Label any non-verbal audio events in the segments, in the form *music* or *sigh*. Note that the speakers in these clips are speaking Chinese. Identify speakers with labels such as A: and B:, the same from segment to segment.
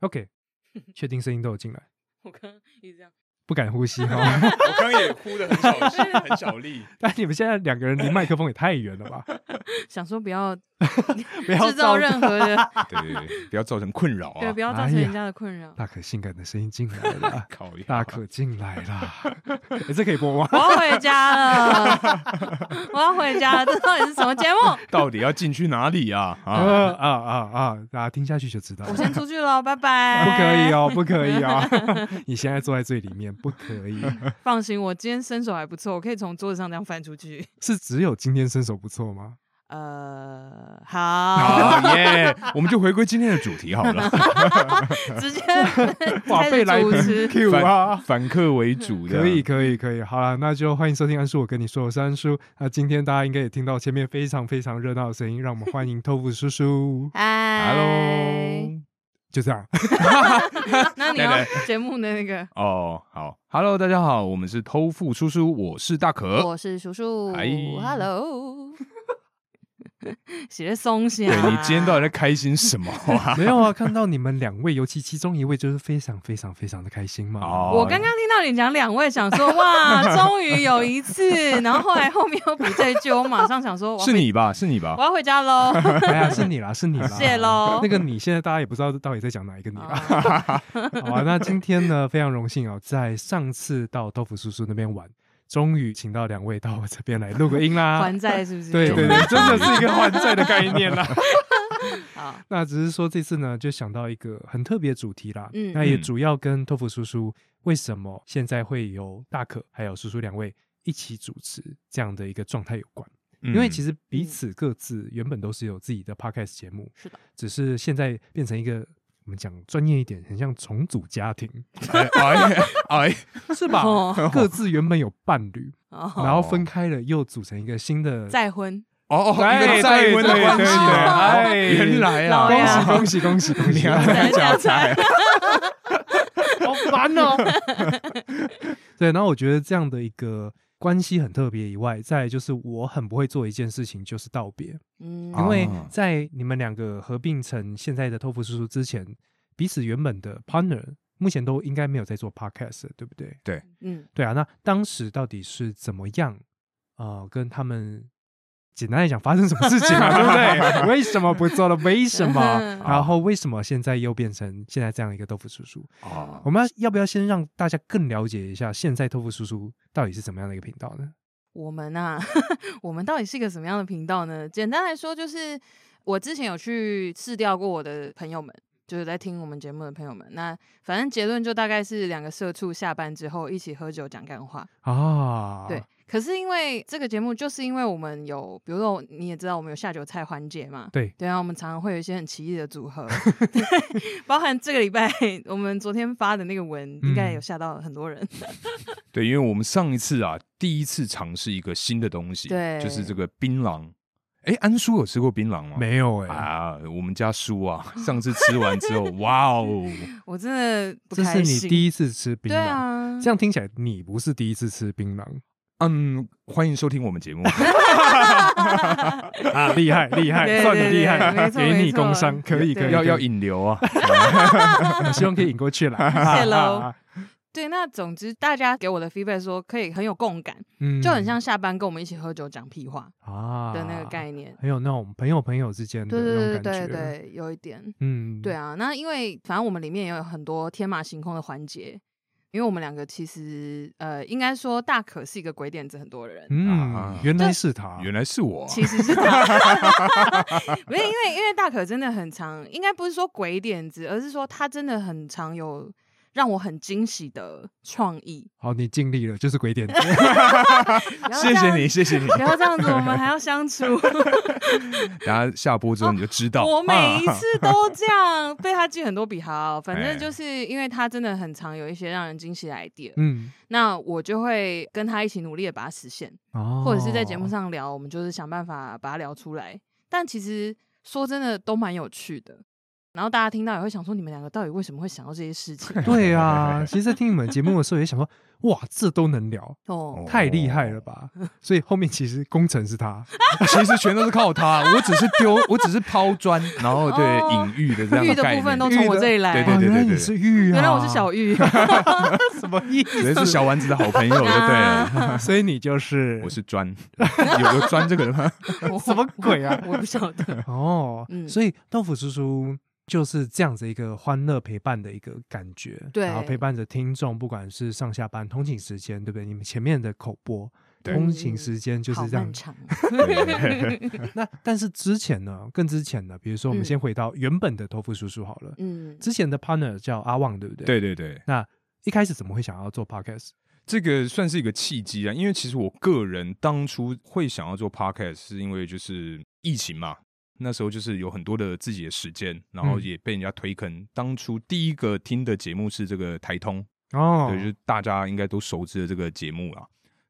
A: *laughs*
B: OK，确定声音都有进来，
A: 我刚刚一直这样，
B: 不敢呼吸哈。
C: *laughs* 我刚刚也哭的很小心，很小力。
B: *laughs* 但你们现在两个人离麦克风也太远了
A: *laughs*
B: 吧？
A: *laughs* 想说不要
B: 不要
A: 制造
B: 造
A: 任何的，
C: 对对对，不要造成困扰
A: 对，
C: 啊，
A: 不！要造
B: 哎
A: 成人
B: 呀
A: 家的困扰。
B: 大可性感的声音进来了
A: *laughs*
C: 靠呀，
B: 大可进来啦、 *laughs* 欸这可以播吗？
A: *laughs* 我要回家了，我要回家了，这到底是什么节目？
C: 到底要进去哪里啊？
B: 啊 *laughs*
C: 啊，
B: 啊啊啊！大家听下去就知道了。
A: 我先出去了，拜拜。
B: 不可以，
A: *laughs*
B: 哦，不可以哦！你现在坐在最里面，不可
A: *laughs*
B: 以。
A: 放心，我今天身手还不错，我可以从桌子上这样翻出去。
B: 是只有今天身手不错吗？
A: 呃，好，
C: 好啊耶！我们就回归今天的主题好了，
A: 直接
B: 哇，
A: 开
B: 被
A: 始
B: 来
A: 主
B: 宾
A: 持。
B: Q 啊！
C: 反客为主的，
B: 可以，可以，可以，好了，那就欢迎收听安叔，我跟你说，我是安叔。那今天大家应该也听到前面非常非常热闹的声音，让我们欢迎 *laughs* 豆腐叔叔。
A: 嗨
C: Hello，
B: 就这样，
A: 那你
C: 来
A: 要节目的那个，
C: 哦，好，Hello，大家好，我们是偷富叔叔，我是大可。
A: 我是叔啊叔
C: 哎
A: ，Hello，写松下。
C: 对你今天到底在开心什么
B: *laughs*
C: 啊？
B: 没有啊，看到你们两位，尤其其中一位，就是非常非常非常的开心嘛。
C: 哦
A: 我刚刚听到你讲两位，想
B: *laughs*
A: 说哇，终于有一次，然后后来后面又补这一句，我马上想说，我要
C: 是
A: 回，
C: 你吧？是你
A: 我
C: 吧？
A: 要回家喽。
B: *laughs* 哎呀，是你啦，是你啦，
A: 谢喽
B: 那个你现在大家也不知道到底在讲哪一个你啦。
A: 哦
B: 好啊，那今天呢，非常荣幸哦，在上次到豆腐叔叔那边玩，终于请到两位到我这边来录个音啦
A: *laughs* 还。债是不是？哦
B: 对对对，真的
C: *laughs*
B: 是一个还债的概念
C: 啊
B: 啦。
A: 好，
B: 那只是说这次呢，就想到一个很特别的主题啦。
A: 嗯
B: 那也
C: 嗯
B: 主要跟豆腐叔叔为什么现在会由大可还有叔叔两位一起主持这样的一个状态有关。因为其
C: 实
B: 实彼
A: 嗯
B: 此各自原本都是有自己的 podcast 节目，
A: 是的，
B: 只是现在变成一个我们讲专业一点，很像重组家庭，
C: 哎哎哎，
B: 是吧
A: 哦？
B: 各自原本有伴侣，
A: 哦，
B: 然后分开了，又组成一个新的。*laughs*
A: 再婚，
C: 哦哦，
B: 对
C: 一个再婚的
B: 对
C: 关
B: 对
C: 系
B: 对
C: 吗
B: 哎
C: 原来
A: 老
C: 啊，
B: 恭喜
A: 哦呀
B: 恭喜恭喜恭喜！啊
A: 再讲
C: 才，
B: *laughs* 好烦哦。对，然后我觉得这样的一个关系很特别以外，再来就是我很不会做一件事情，就是道别。
A: 嗯，
B: 因为
C: 啊
B: 在你们两个合并成现在的托福叔叔之前，彼此原本的 partner 目前都应该没有在做 podcast，了对不对？
A: 嗯，
B: 对啊，那当时到底是怎么样？呃，跟他们简单来讲，发生什么事情、啊，对不 *laughs* 对？为什么不做了？为什么？然后为什么现在又变成现在这样一个豆腐叔叔？
C: 哦
B: 我们要要不要先让大家更了解一下现在豆腐叔叔到底是怎么样的一个频道呢？
A: 我们呐、 *laughs* 我们到底是一个什么样的频道呢？简单来说，就是我之前有去试调过我的朋友们，就是在听我们节目的朋友们。那反正结论就大概是两个社畜下班之后一起喝酒讲干话。
B: 啊，
A: 对，，可是因为这个节目，就是因为我们有，比如说你也知道，我们有下酒菜环节嘛。
B: 对
A: 对啊，我们常常会有一些很奇异的组
B: *laughs*
A: 合，包含这个礼拜我们昨天发的那个文，
B: 嗯
A: 应该有吓到很多人。
C: 对，因为我们上一次啊，第一次尝试一个新的东西，
A: 对
C: 就是这个槟榔。哎，安叔有吃过槟榔吗？
B: 没有哎、
C: 啊，我们家叔啊， *laughs* 上次吃完之后，哇哦，
A: 我真的不
B: 这
A: 开
B: 是
A: 心。
B: 你第一次吃槟榔，
A: 对啊，
B: 这样听起来你不是第一次吃槟榔 *laughs*
C: 嗯，欢迎收听我们节目。
B: 啊，厉害厉害，
A: 对
B: 算你厉
A: 对对
B: 害，
A: 没错
B: 给你
A: 没错
B: 工伤，可以
A: 对
B: 可以，
C: 要
B: 可以
C: 要引流
B: *laughs*
C: 啊！
A: *laughs*
B: 我希望可以引过去了，
A: 谢喽
B: 啊。
A: 对，那总之大家给我的 feedback 说可以很有共感，
B: *laughs* 嗯
A: 就很像下班跟我们一起喝酒讲屁话
B: 啊
A: 的那个概念。
B: 很有那种朋友朋友之间的
A: 对
B: 那
A: 对对
B: 种感觉，
A: 对对，有一点。
B: 嗯，
A: 对啊，那因为反正我们里面也有很多天马行空的环节，因为我们两个其实呃，应该说大可是一个鬼点子很多的人，
B: 嗯
C: 啊，
B: 原来是他，
C: 原来是我啊，
A: 其实是他， *laughs* 不是因为因为大可真的很常，应该不是说鬼点子，而是说他真的很常有让我很惊喜的创意。
B: 好，你尽力了，就是鬼
A: *laughs*
B: 点子，
A: 然后
C: 谢
A: 这
C: 谢
A: 样
C: 你，谢谢你。
A: 不要这样子，我们还要相处。 *laughs*
C: 大家下播之后你就知道，
A: 我每一
C: 啊
A: 次都这样，被他记很多笔好。反
C: 哎
A: 正就是因为他真的很常有一些让人惊喜的 idea，、
B: 嗯，
A: 那我就会跟他一起努力的把它实现，
B: 哦，
A: *laughs* 或者是在节目上聊，我们就是想办法把它聊出来。但其实说真的，都蛮有趣的。然后大家听到也会想说，你们两个到底为什么会想到这些事情？
C: *laughs*
B: 对啊，其实，在听你们节目的时候，也想说，哇，这都能聊，
A: 哦，
B: 太厉害了吧！所以后面其实工程是
A: *laughs*
B: 他，
C: 其实全都是靠他，我只是丢，我只是抛砖，然后对
A: 哦
C: 隐喻的这样
A: 玉
C: 的
A: 的
C: 概
A: 部分
C: 念
A: 都，从
B: 玉
A: 我
B: 的
A: 这里来，
C: 对对
B: 哦
C: 对
B: 原来你是玉啊，
A: 原来我是 *laughs* 小玉，
B: 什么意思？
C: 人是小丸子的好朋友，就对了。
B: *laughs*
A: *laughs* 啊
B: 所以你就是
C: 我是砖， *laughs* 有有砖这个人吗？
A: 我
B: 什么鬼啊
A: 我我不晓
C: *laughs*
A: 得。
B: 哦，
A: 嗯
B: 所以豆腐叔叔就是这样子一个欢乐陪伴的一个感觉，
A: 对
B: 然后陪伴着听众，不管是上下班、通勤时间，对不对？你们前面的口播。
C: 对
B: 通勤时间就是
A: 嗯好
B: 这样
A: 漫。长，啊
C: *laughs*
B: 那但是之前呢，更之前呢，比如说我们
A: 嗯
B: 先回到原本的豆腐叔叔好了。
A: 嗯，
B: 之前的 partner 叫阿旺，对不对？。
C: 对对对，
B: 那一开始怎么会想要做 podcast？
C: 这个算是一个契机啊，因为其实我个人当初会想要做 podcast，是因为就是疫情嘛，那时候就是有很多的自己的时间，然后
B: 嗯
C: 也被人家推坑。当初第一个听的节目是这个台通，
B: 哦
C: 对，就是大家应该都熟知的这个节目啊。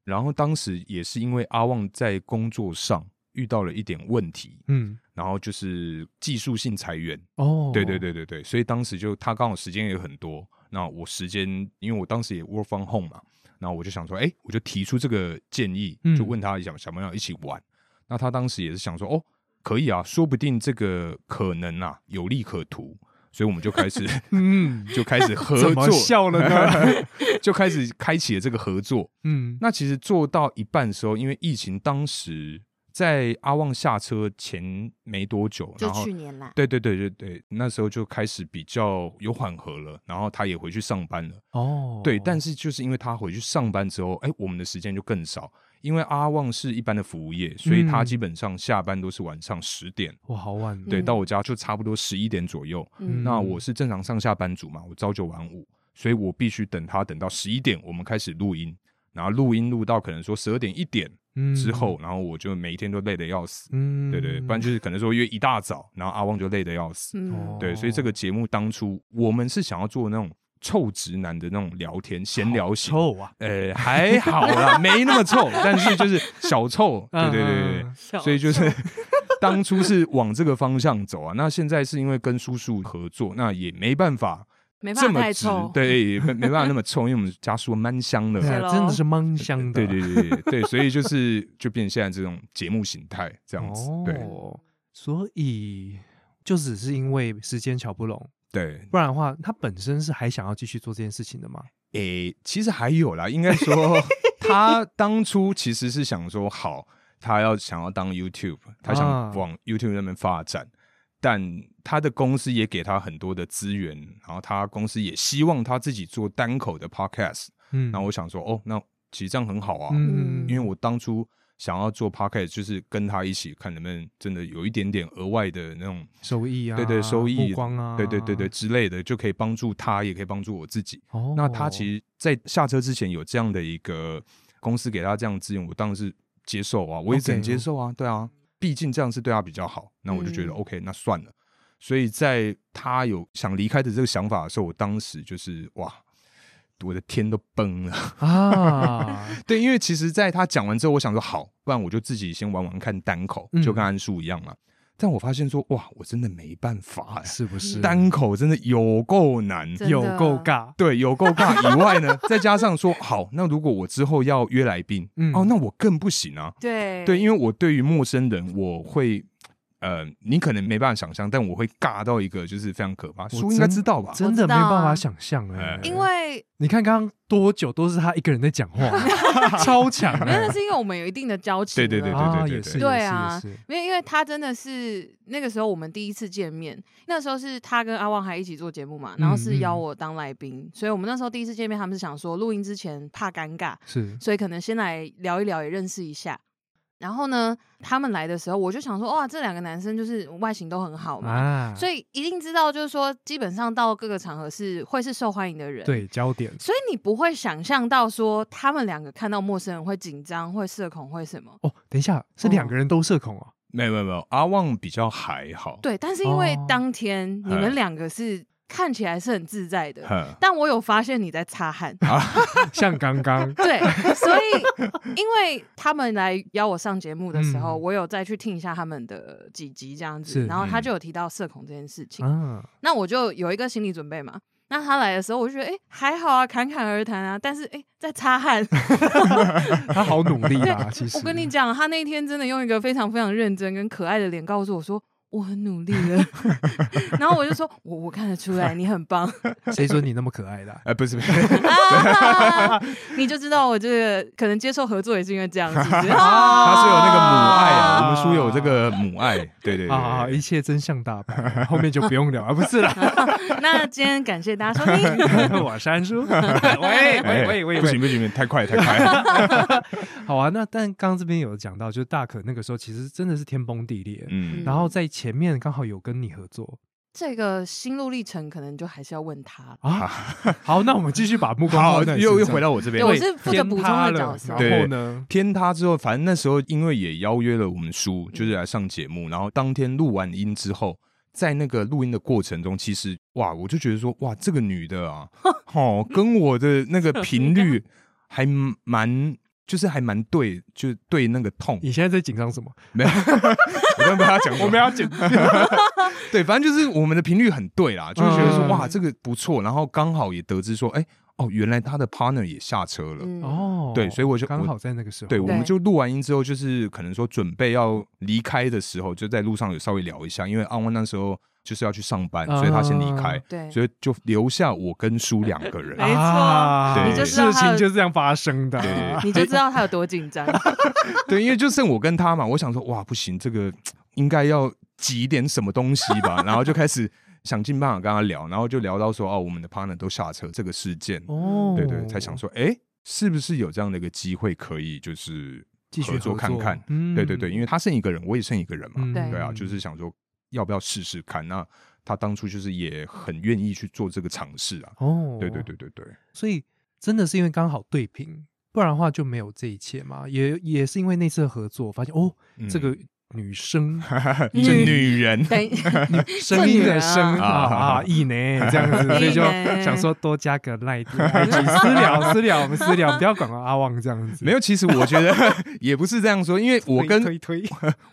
C: 然后当时也是因为阿旺在工作上遇到了一点问题，
B: 嗯，
C: 然后就是技术性裁员，
B: 哦，
C: 对对，对对对，所以当时就他刚好时间也很多，那我时间因为我当时也 work from home 嘛，然后我就想说，哎、我就提出这个建议，
B: 嗯
C: 就问他想想不想一起玩。那他当时也是想说，哦，可以啊，说不定这个可能啊有利可图，所以我们就开始 *laughs*
B: 嗯，
C: 就开始合
B: 怎么
C: 作，
B: 笑了
C: *laughs*
B: 呢？
C: 就开始开启了这个合作。
B: 嗯，
C: 那其实做到一半的时候，因为疫情，当时在阿旺下车前没多久，
A: 就
C: 然后
A: 去年啦，
C: 对对对对对，那时候就开始比较有缓和了，然后他也回去上班了。
B: 哦，
C: 对，但是就是因为他回去上班之后，哎，我们的时间就更少。因为阿旺是一般的服务业，所以他
B: 嗯
C: 基本上下班都是晚上十点，
B: 哇，好晚哦，
C: 对，
A: 嗯
C: 到我家就差不多十一点左右。
A: 嗯
C: 那我是正常上下班族嘛，我朝九晚五，所以我必须等他等到十一点，我们开始录音，然后录音录到可能说十二点一点
B: 嗯
C: 之后，，然后我就每一天都累得要死。
B: 嗯，
C: 对对，不然就是可能说约一大早，然后阿旺就累得要死。
A: 嗯
B: 哦
C: 对，所以这个节目当初我们是想要做那种臭直男的那种聊天闲聊型，
B: 臭啊，
C: 呃，还好啦，没那么臭，但是就是小臭，对对对对
B: 嗯嗯
C: 对，所以就是当初是往这个方向走啊。那现在是因为跟叔叔合作，那也没办法
A: 没办
C: 这
A: 法
C: 么
A: 太
C: 直
A: 臭，，
C: 对，也没没办法那么臭，因为我们家叔蛮香的
B: 对
C: 嘛。
B: 啊
A: 是咯
B: 真的是蛮香的，
C: 对对对对对，所以就是就变现在这种节目形态这样子，对
B: 哦，所以就只是因为时间瞧不拢，
C: 对，
B: 不然的话，他本身是还想要继续做这件事情的嘛。
C: 诶、其实还有啦，应该
B: *laughs*
C: 说他当初其实是想说，好，他要想要当 YouTube，他
B: 啊
C: 想往 YouTube 那边发展，但他的公司也给他很多的资源，然后他公司也希望他自己做单口的 Podcast。
B: 嗯，
C: 那、我想说，哦，那其实这样很好啊，
B: 嗯，
C: 因为我当初想要做 Podcast，就是跟他一起看能不能真的有一点点额外的那种。
B: 收益啊，
C: 对对，收益、
B: 目光啊，
C: 对对对对，之类的，就可以帮助他，也可以帮助我自己。
B: 哦，
C: 那他其实，在下车之前有这样的一个公司给他这样的资源，我当然是接受啊，我也只能
B: OK
C: 接受啊对啊，毕竟这样是对他比较好。那我就觉得、
A: 嗯
C: OK，那算了。所以在他有想离开的这个想法的时候，我当时就是哇，我的天都崩了。 *laughs*
B: 啊，
C: 对，因为其实，在他讲完之后，我想说好，不然我就自己先玩玩看单口，
B: 嗯
C: 就跟安叔一样嘛。但我发现说哇，我真的没办法、欸，
B: 是不是
C: 单口真的有够难。
A: 真的
B: 有够尬？
C: 对，有够尬以外呢，再加上说，好，那如果我之后要约来宾，
B: 嗯
C: 哦，那我更不行啊。
A: 对
C: 对，因
A: 为
C: 为我对于陌生人，我会，呃，你可能没办法想象，但我会尬到一个就是非常可怕。
B: 真
C: 叔应该知道吧？
B: 真的
A: 我知
B: 没
A: 道啊
B: 办法想象哎
C: 哎，
A: 因
C: *laughs*
A: 为
B: 你看刚刚多久都是他一个人在讲
A: *laughs*
B: 话，超强
A: 没有，
B: 哎
A: 那是因为我们有一定的交情
C: 对
A: 了，
C: 对对对
B: 啊，也是，也是
A: 对啊
B: 也是
A: 没有，因为他真的是那个时候我们第一次见面，那时候是他跟阿旺还一起做节目嘛，
B: 嗯
A: 然后是邀我当来宾，所以我们那时候第一次见面，他们是想说录音之前怕尴尬，
B: 是，
A: 所以可能先来聊一聊，也认识一下。然后呢，他们来的时候，我就想说，哇，这两个男生就是外形都很好嘛，
B: 啊，
A: 所以一定知道，就是说，基本上到各个场合是会是受欢迎的人。，
B: 对焦点
A: 所以你不会想象到说，他们两个看到陌生人会紧张、会社恐、会什么。
B: 哦，等一下是两个人都社恐哦， *laughs*
C: 没有没有没有，阿旺比较还好。
A: 对，但是因为
B: 哦
A: 当天你
C: 哎
A: 们两个是看起来是很自在的，
C: 哼
A: 但我有发现你在擦汗。
B: 像刚刚
A: *laughs* 对，所以因为他们来邀我上节目的时候，
B: 嗯
A: 我有再去听一下他们的几集这样子，
B: 是
A: 然后他
C: 嗯
A: 就有提到社恐这件事情，
B: 啊，
A: 那我就有一个心理准备嘛。那他来的时候，我就觉得哎、诶还好啊，侃侃而谈啊，但是哎、诶在擦汗。
B: 他好努力啊，其实
A: 我跟你讲，他那一天真的用一个非常非常认真跟可爱的脸告诉我说。我很努力了， *laughs* 然后我就说，我我看得出来你很棒，
B: 谁准你那么可爱的啊、
C: 哎，不是，不是
A: 啊 *laughs* 你就知道我这个可能接受合作也是因为这样子，是不是啊
C: 他是有那个母爱啊，
B: 啊
C: 我们书有这个母爱，对对对
B: 啊
C: 对，
B: 一切真相大
C: *laughs*
B: 白，后面就不用聊啊，不是
A: *laughs*
B: 啦，
A: 那今天感谢大家收
B: *laughs*
A: 听，
B: 我删书， *laughs* 喂
C: 哎
B: 喂喂喂
C: 不
B: 喂，
C: 行不行，不行太快太快了，
B: 好啊，那但刚刚这边有讲到，就是大可那个时候其实真的是天崩地裂，
C: 嗯，
B: 然后在前面刚好有跟你合作
A: 这个心路历程可能就还是要问他。
B: 啊，好，那我们继续把目光
C: 好，
B: 放在你
C: 又又
B: 身上
C: 回到我这边，
A: 对我
C: 对
A: 是负责补充的角色
B: 然后呢，
C: 偏他之后，反正那时候因为也邀约了我们叔，就是来上节目，然后当天录完音之后，在那个录音的过程中，其实哇，我就觉得说，哇，这个女的 *laughs* 啊，哦，跟我的那个频 *laughs* 率还蛮，就是还蛮对，就对那个 *laughs* 痛，
B: 你现在在紧张什么？
C: 没有，我刚刚跟他讲过，
B: 要紧，
C: *laughs* 对，反正就是我们的频率很对啦，就是觉得说
B: 嗯
C: 哇，这个不错，然后刚好也得知说，哎、哦，原来他的 partner 也下车了，
A: 嗯，
B: 哦，
C: 对所以我就
B: 刚
C: 我
B: 好在那个时候，
C: 对，我们
A: 对
C: 就录完音之后，就是可能说准备要离开的时候，就在路上有稍微聊一下，因为安万那时候就是要去上班，所以他先离
B: 哦
C: 开，
A: 对，
C: 所以就留下我跟叔两个人。
A: 没错
B: 啊
C: 你就
A: 知道
B: 事
A: 他
B: 情就这样发生的，
C: 对
A: 你就知道他有多紧张。
C: 对，因为就剩我跟他嘛，我想说哇，不行，这个应该要挤点什么东西吧，然后就开始想尽办法跟他聊，然后就聊到说哦，我们的 partner 都下车这个事件，
B: 哦，
C: 对对，才想说哎，是不是有这样的一个机会可以就是
B: 继续
C: 合作看看？，
B: 嗯，
C: 对对对，因为他剩一个人，我也剩一个人嘛，
B: 嗯
A: 对
C: 对啊，就是想说要不要试试看。那他当初就是也很愿意去做这个尝试啊。
B: 哦，
C: 对对，对对对，
B: 所以真的是因为刚好对平，不然的话就没有这一切嘛，也也是因为那次的合作，发现哦，
C: 嗯
B: 这个女
C: *laughs*
B: 生
C: 这女人，
A: 等
B: 声音的声
A: 这女人
B: 啊啊，异呢这样子，所以就
A: 异呢
B: 想说多加个 like，IG 私聊私聊，我们私聊，不要管阿旺这样子，
C: 没有，其实我觉得 *laughs* 也不是这样说，因为我
B: 推嗯
C: 跟
B: 推推，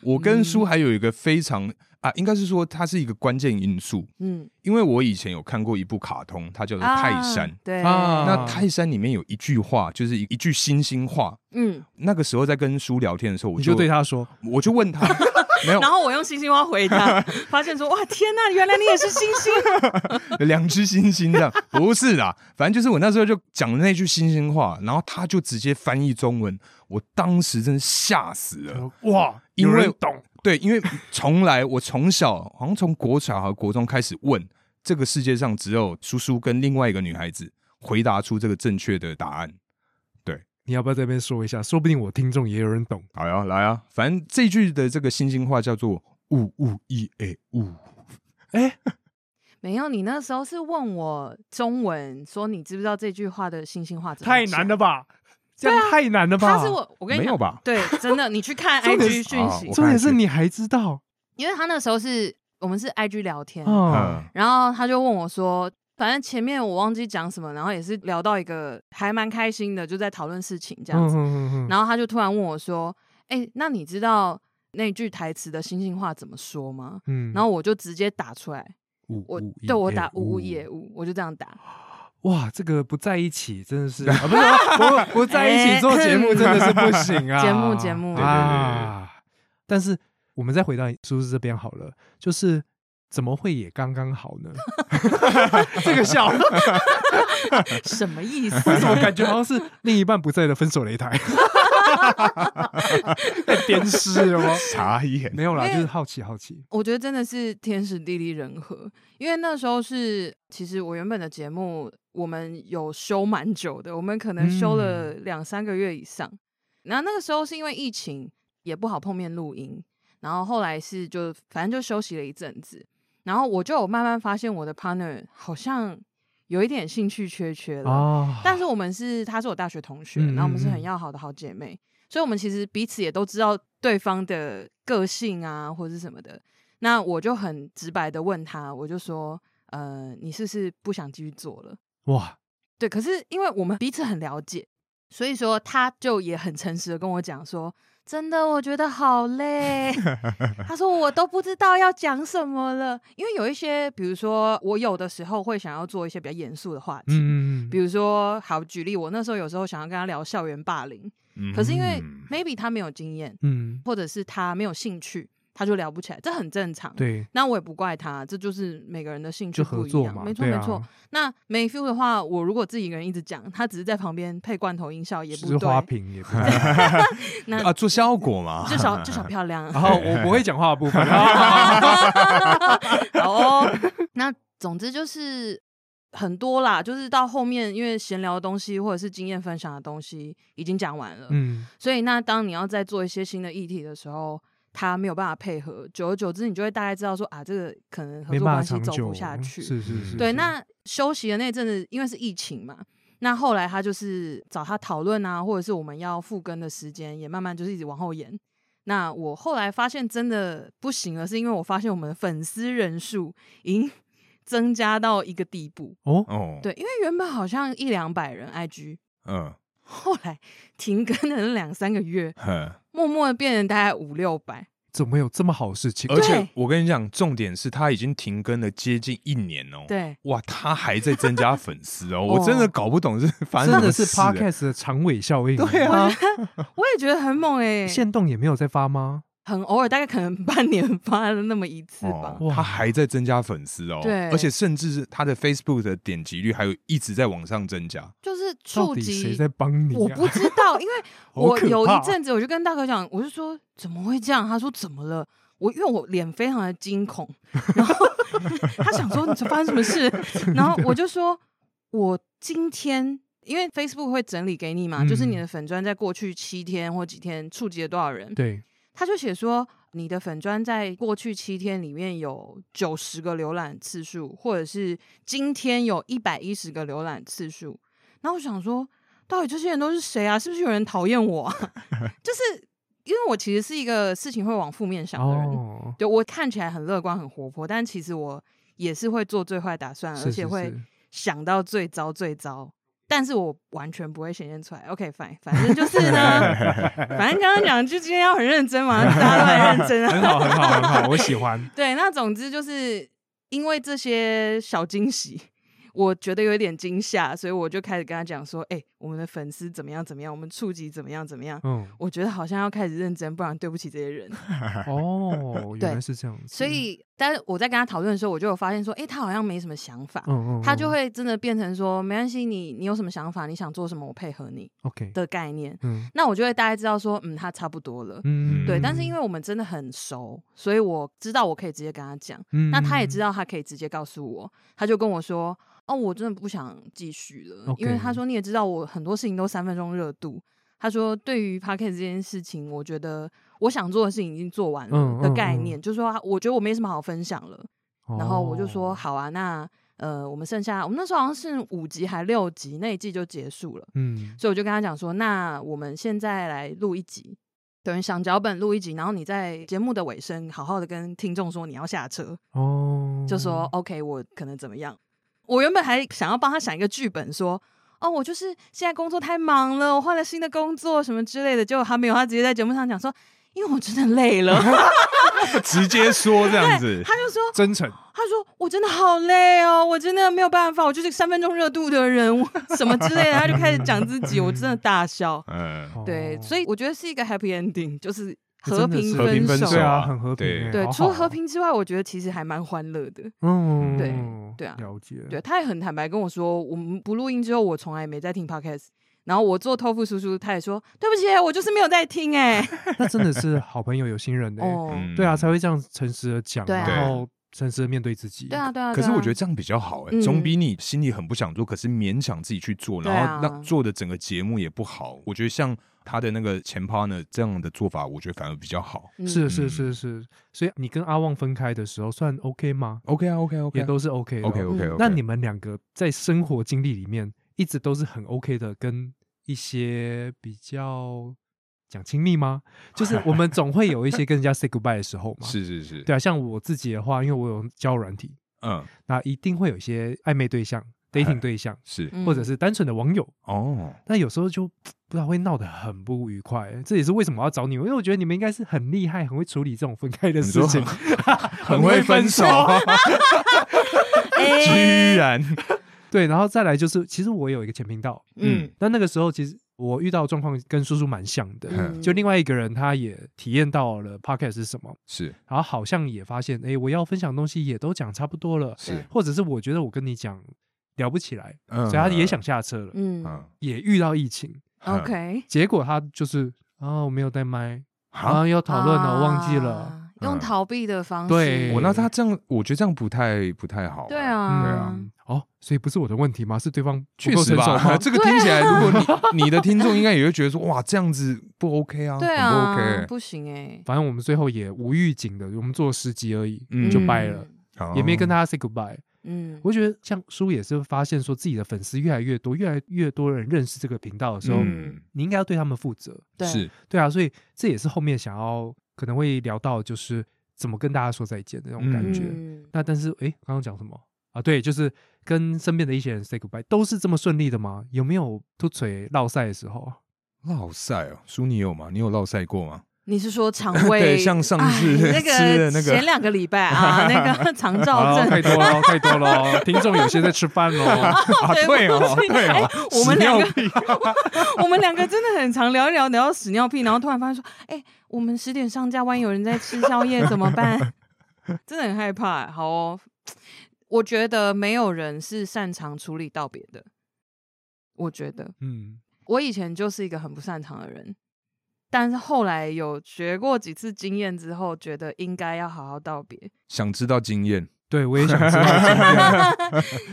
C: 我跟叔还有一个非常啊，应该是说它是一个关键因素，
A: 嗯，
C: 因为我以前有看过一部卡通，它叫做《泰山》
A: 啊，对
B: 啊
C: 那《泰山》里面有一句话，就是一一句星星话。
A: 嗯，
C: 那个时候在跟叔聊天的时候，我
B: 你就对他说，
C: 我就
B: *laughs*
C: 问他，没有
A: 然后我用星星花回他，发现说哇天呐，原来你也是星星，
C: 两只星星这样，不是啦，反正就是我那时候就讲了那句星星话，然后他就直接翻译中文，我当时真吓死了。
B: 哇，
C: 因
B: 有
C: 为
B: 人懂，
C: 对，因为从来我从小好像从国小和国中开始问，这个世界上只有叔叔跟另外一个女孩子回答出这个正确的答案。
B: 你要不要在这边说一下？说不定我听众也有人懂。
C: 好呀，来啊，反正这句的这个星星话叫做“呜呜一诶呜
A: 没有，你那时候是问我中文，说你知不知道这句话的星星话怎么
B: 太
A: 讲
B: 难了吧？这样太难了”，吧？
A: 他是我，我”，跟你
C: 没有
A: 讲，
C: 吧？
A: 对，真的，你去看
B: *laughs* 重点
A: IG
B: 是
A: 讯息
C: 啊我，
B: 重点是你还知道
A: 因为他那时候是我们是 IG 聊天，
B: 哦
C: 嗯，
A: 然后他就问我说，反正前面我忘记讲什么，然后也是聊到一个还蛮开心的，就在讨论事情这样子。
B: 嗯
A: 然后他就突然问我说：“哎、那你知道那句台词的星星话怎么说吗？”
B: 嗯
A: 然后我就直接打出来，
B: 五
A: 我
B: 五一
A: 对我
B: 哎
A: 打五五也五，我就这样
B: *laughs*
A: 打。
B: 哇，这个不在一起真的是啊，不是啊不不在一起做节目真的是不行啊，
A: 节目节目
B: 啊，但是我们再回到叔叔这边好了，就是怎么会也刚刚好呢？这个笑为
A: 什么意
B: *laughs*
A: 思？ *laughs*
B: 什么感觉好像是另一半不在的分手擂 *laughs* 台？在鞭尸了吗？
C: 嗯傻眼，
B: *laughs* 没有啦，
A: 因为
B: 就是好奇好奇，
A: 我觉得真的是天时地利人和，因为那时候是其实我原本的节目我们有修蛮久的，我们可能修了两三个月以上。然后那个时候是因为疫情也不好碰面录音，然后后来是就反正就休息了一阵子，然后我就有慢慢发现我的 partner 好像有一点兴趣缺缺了。
B: 哦，
A: 啊但是我们是，她是我大学同学，
B: 嗯
A: 然后我们是
B: 嗯
A: 很
B: 嗯
A: 要好的好姐妹，所以我们其实彼此也都知道对方的个性啊，或者是什么的。那我就很直白的问她，我就说，呃，你是不是不想继续做了？
B: 哇，
A: 对，可是因为我们彼此很了解，所以说他就也很诚实的跟我讲说，真的我觉得好
B: *laughs*
A: 累。他说我都不知道要讲什么了，因为有一些，比如说我有的时候会想要做一些比较严肃的话题，
B: 嗯嗯
A: 比如说好举例，我那时候有时候想要跟他聊校园霸凌，可是因为
C: 嗯
A: maybe 他没有经验，
B: 嗯，
A: 或者是他没有兴趣，他就聊不起来，这很正常。
B: 对，
A: 那我也不怪他，这就是每个人的兴趣
B: 就
A: 不
B: 合
A: 一
B: 作
A: 样，
B: 嘛，
A: 没错
B: 对
A: 没
B: 啊
A: 错。，那没 feel 的话，我如果自己一个人一直讲，他只是在旁边配罐头音效也
B: 是
A: 不
B: 花
A: 对，
B: 瓶也
A: *laughs*
B: 不对
A: 那
C: 啊，做效果嘛，
A: 至少
B: *laughs*
A: 至少漂亮。啊
B: 然后啊我不会讲话的部 *laughs* 分，啊
A: 好哦， *laughs* 那总之就是很多啦，就是到后面因为闲聊的东西或者是经验分享的东西已经讲完了，
B: 嗯，
A: 所以那当你要再做一些新的议题的时候。他没有办法配合，久而久之，你就会大概知道说啊，这个可能合
B: 没
A: 作
B: 办
A: 关
B: 法
A: 系
B: 长
A: 走
B: 久
A: 不
B: 哦，
A: 下去。
B: 是是是，
A: 对，
B: 是
A: 那休息的那阵子，因为是疫情嘛，那后来他就是找他讨论啊，或者是我们要复更的时间也慢慢就是一直往后延。那我后来发现真的不行了，是因为我发现我们的粉丝人数已经 *laughs* 增加到一个地步。
B: 哦，
C: 哦，，
A: 对，因为原本好像一两百人 IG，
C: 嗯，
A: 后来停更了那两三个月，
C: 哼
A: 默默的变成大概五六百。
B: 怎么有这么好的事情？
C: 而且
A: 对
C: 我跟你讲，重点是他已经停更了接近一年哦。
A: 对，
C: 哇，他还在增加粉丝哦，我真的搞不懂是发生
B: 真
C: 什么
B: 的
C: 事
B: 是
C: 欸
B: *laughs* podcast 的长尾效应，
C: 对
B: 啊，
A: 我也觉得
B: *laughs*
A: 很猛哎、
B: 线动也没有在发吗？
A: 很偶尔，大概可能 *laughs* 半年发了那么一次吧。
C: 哦，他
B: 哇
C: 还在增加粉丝哦，
A: 对
C: 而且甚至是他的 Facebook 的点击率还有一直在往上增加，
A: 就是
B: 到
A: 触
B: 底
A: 及
B: 谁在帮你啊？
A: 我不知
B: *laughs*
A: 道，因为我
B: 可
A: 有
B: 怕
A: 一阵子我就跟大可讲，我就说怎么会这样？他说怎么了？我因为我脸非常的惊恐，
B: *laughs*
A: 然后他想说你发生什么事，然后我就说我今天。因为 Facebook 会整理给你嘛，就是你
B: 嗯
A: 的粉砖在过去七天或几天触及了多少人，
B: 对，
A: 他就写说你的粉砖在过去七天里面有九十个浏览次数，或者是今天有一百一十个浏览次数。然后我想说，到底这些人都是谁啊？是不是有人讨厌我、啊？ *laughs* 就是因为我其实是一个事情会往负面想的人，
B: 哦，
A: 对我看起来很乐观、很活泼，但其实我也是会做最坏打算，
B: 是
A: 而且
B: 是
A: 会
B: 是
A: 想到最糟最糟，但是我完全不会显现出来。OK，反反正就是呢，反正刚刚讲就今天要很认真嘛，大家都很认
B: *laughs*
A: 真
B: 很
A: 啊。。
B: 好很好很好，我喜欢
A: 对，那总之就是因为这些小惊喜，我觉得有一点惊吓，所以我就开始跟他讲说：“哎、我们的粉丝怎么样怎么样，我们触及怎么样怎么样。”
B: *laughs* 嗯，
A: 我觉得好像要开始认真，不然对不起这些人。
B: 哦，
A: 对
B: 原来是这样子。
A: 所，以，但是我在跟他讨论的时候，我就有发现说，哎诶，他好像没什么想法。
B: 嗯嗯，
A: 他就
B: 嗯
A: 会真的变成说，没关系，你你有什么想法，你想做什么，我配合你
B: OK，
A: 的概念。
B: 嗯
A: 那我就会大概知道说，嗯，他差不多了。
B: 嗯，
A: 对，但是因
B: 为
A: 为我们真的很熟，所以我知道我可以直接跟他讲，
B: 那
A: 那他也知
B: 道，
A: 道他可以直接告诉我，他就跟我说，哦，我真的不想继续了，因为
B: OK
A: 他说你也知道我很多事情都三分钟热度，他说对于 p a c k e t 这件事情，我觉得我想做的事情已经做完
B: 嗯
A: 了的
B: 嗯
A: 概
B: 嗯
A: 念，就是说啊我觉得我没什么好分享了。然后我就说
B: 哦，
A: 好啊，那呃，我们剩下我们那时候好像是五集还六集，那一季就结束了，
B: 嗯，
A: 所以我就跟他讲说，那我们现在来录一集，等于想脚本录一集，然后你在节目的尾声好好的跟听众说你要下车，
B: 哦，
A: 就说 OK，我可能怎么样。我原本还想要帮他想一个剧本说。哦，我就是现在工作太忙了，我换了新的工作什么之类的，结果他没有，他直接在节目上讲说，因为我真的累了，
C: 直接说这样子，
A: 他就说
B: 真诚，
A: 他说：“我真的好累哦，我真的没有办法，我就是个三分钟热度的人，我 *laughs* 什么之类的。”他就开始讲自己，我真的大笑。
C: 嗯，
A: 对，所
B: 以
A: 以我觉得是一个 happy ending，就是
B: 哦真
A: 和
B: 的
A: 平
B: 是
C: 和平
A: 分
C: 分
A: 手。
C: 手
B: 对
C: 啊
B: 啊，很和平
C: 对
B: 欸，
A: 对，
B: 好
A: 除了
B: 好
A: 和
B: 哦，
A: 平之外，我觉得其实还蛮欢乐的。
B: 嗯，
A: 对
B: 嗯
A: 对啊
B: 了解，
A: 对， *laughs* 他也很坦白跟我说，我们不录音之后，我从来没在听 podcast。然后我做豆腐叔叔，他也说对不起，我就是没有在听哎、
B: 那真的是好朋友有信任的欸，
A: 哦，
C: 嗯
B: 对啊，才会这样诚实的讲，
A: 对啊
B: 然后诚实的面对自己，
A: 对啊，，对啊。
C: 可是
A: 对啊
C: 我觉得这样比较好哎、
A: 嗯
C: 总比你心里很不想做，可是勉强自己去做，
A: 对啊
C: 然后让做的整个节目也不好。我觉得像他的那个前 partner 这样的做法，我觉得反而比较好。
A: 嗯
B: 是是是是，所以你跟阿旺分开的时候算 OK 吗？
C: OK 啊，OK 啊 OK，
B: 也
C: 啊
B: 都是 OK 的
C: OK OK
A: 嗯
C: OK。
B: 那你们两个在生活经历里面一直都是很 OK 的，跟一些比较讲亲密吗？就是我
C: *laughs*
B: 们总会有一些跟人家 say goodbye 的时候嘛。
C: 是是是，
B: 对啊，像我自己的话，因为我有交友软体，
C: 嗯，
B: 那一定会有一些暧昧对象、dating
C: *laughs*
B: 对象，
C: 是
A: 嗯
B: 或者是单纯的网友。
C: 哦，
B: 但有时候就不知道会闹得很不愉快，这也是为什么我要找你们，因为我觉得你们应该是很厉害，很会处理这种分开的
C: 你
B: 事
C: 说 *laughs*
B: 情，
C: 很会分手，
A: 嗯哎
C: 居然
B: 对，然后再来就是，其实我有一个前频道，
A: 嗯
B: 但那个时候其实我遇到的状况跟叔叔蛮像的，
C: 嗯
B: 就另外一个人他也体验到了 podcast 是什么，
C: 是
B: 然后好像也发现，哎，我要分享的东西也都讲差不多了，
C: 是，
B: 或者是我觉得我跟你讲聊不起来，
C: 嗯，
B: 所以他也想下车了，
A: 嗯
C: 嗯
B: 也遇到疫情，
A: ，OK，
B: 结果他就是啊我没有带麦，
C: 啊，
B: 啊要讨论了，我忘记了。
A: 啊，用
C: 嗯
A: 逃避的方式，
B: 对
C: 我那他这样，我觉得这样不太不太好，
A: 对
B: 嗯
A: 啊，
C: 对啊，
B: 哦，所以不是我的问题吗？是对方不
C: 确
B: 够
C: 实
B: 成熟吗 *laughs*
C: 吧，？ *laughs* 这个
A: 啊
C: 听起来，如果你你的听众应该也会觉得说，哇，这样子不 OK 啊，
A: 对
C: 很不
A: 啊，
C: OK，
A: 不行哎，
B: 反正我们最后也无预警的，我们做了十集而已，
C: 嗯
B: 就掰了，
C: 哦
B: 也没跟大家 say goodbye。
A: 嗯，嗯，
B: 我觉得像叔也是发现说自己的粉丝越来越多，越来越多人认识这个频道的时候，
C: 嗯，
B: 你应该要对他们负责。
A: 对，
C: 是
B: 对啊，所以这也是后面想要可能会聊到，就是怎么跟大家说再见的那种感觉。
A: 嗯
B: 那但是诶，刚刚讲什么啊？对，就是跟身边的一些人 say goodbye，都是这么顺利的吗？有没有突锤落赛的时候啊？
C: 落赛哦，叔你有吗？你有落赛过吗？
A: 你是说肠胃？
C: *laughs* 对像上
A: 哎
C: 次
A: 那
C: 吃的
A: 个
C: 那个
A: 前两个礼拜啊，那
C: *laughs*
A: 个肠
B: 好
A: 燥
B: 了啊
A: 症
B: 太多了，太多了哦，听众有些在吃饭喽。
C: 啊，
A: *laughs*
C: 对哦，对哦，
A: 哎我们两个
C: 屎尿屁
A: *laughs* 我们两个真的很常聊一聊聊到屎尿屁，然后突然发现说，哎、我们十点上架，万一有人在吃宵夜怎么办？真的很害怕、好哦，我觉得没有人是擅长处理道别的。我觉得
B: *laughs* 嗯，
A: 我以前就是一个很不擅长的人，但是后来有学过几次经验之后，觉得应该要好好道别。
C: *laughs* 想知道经验，
B: 对，我也想知道 *laughs* 这个。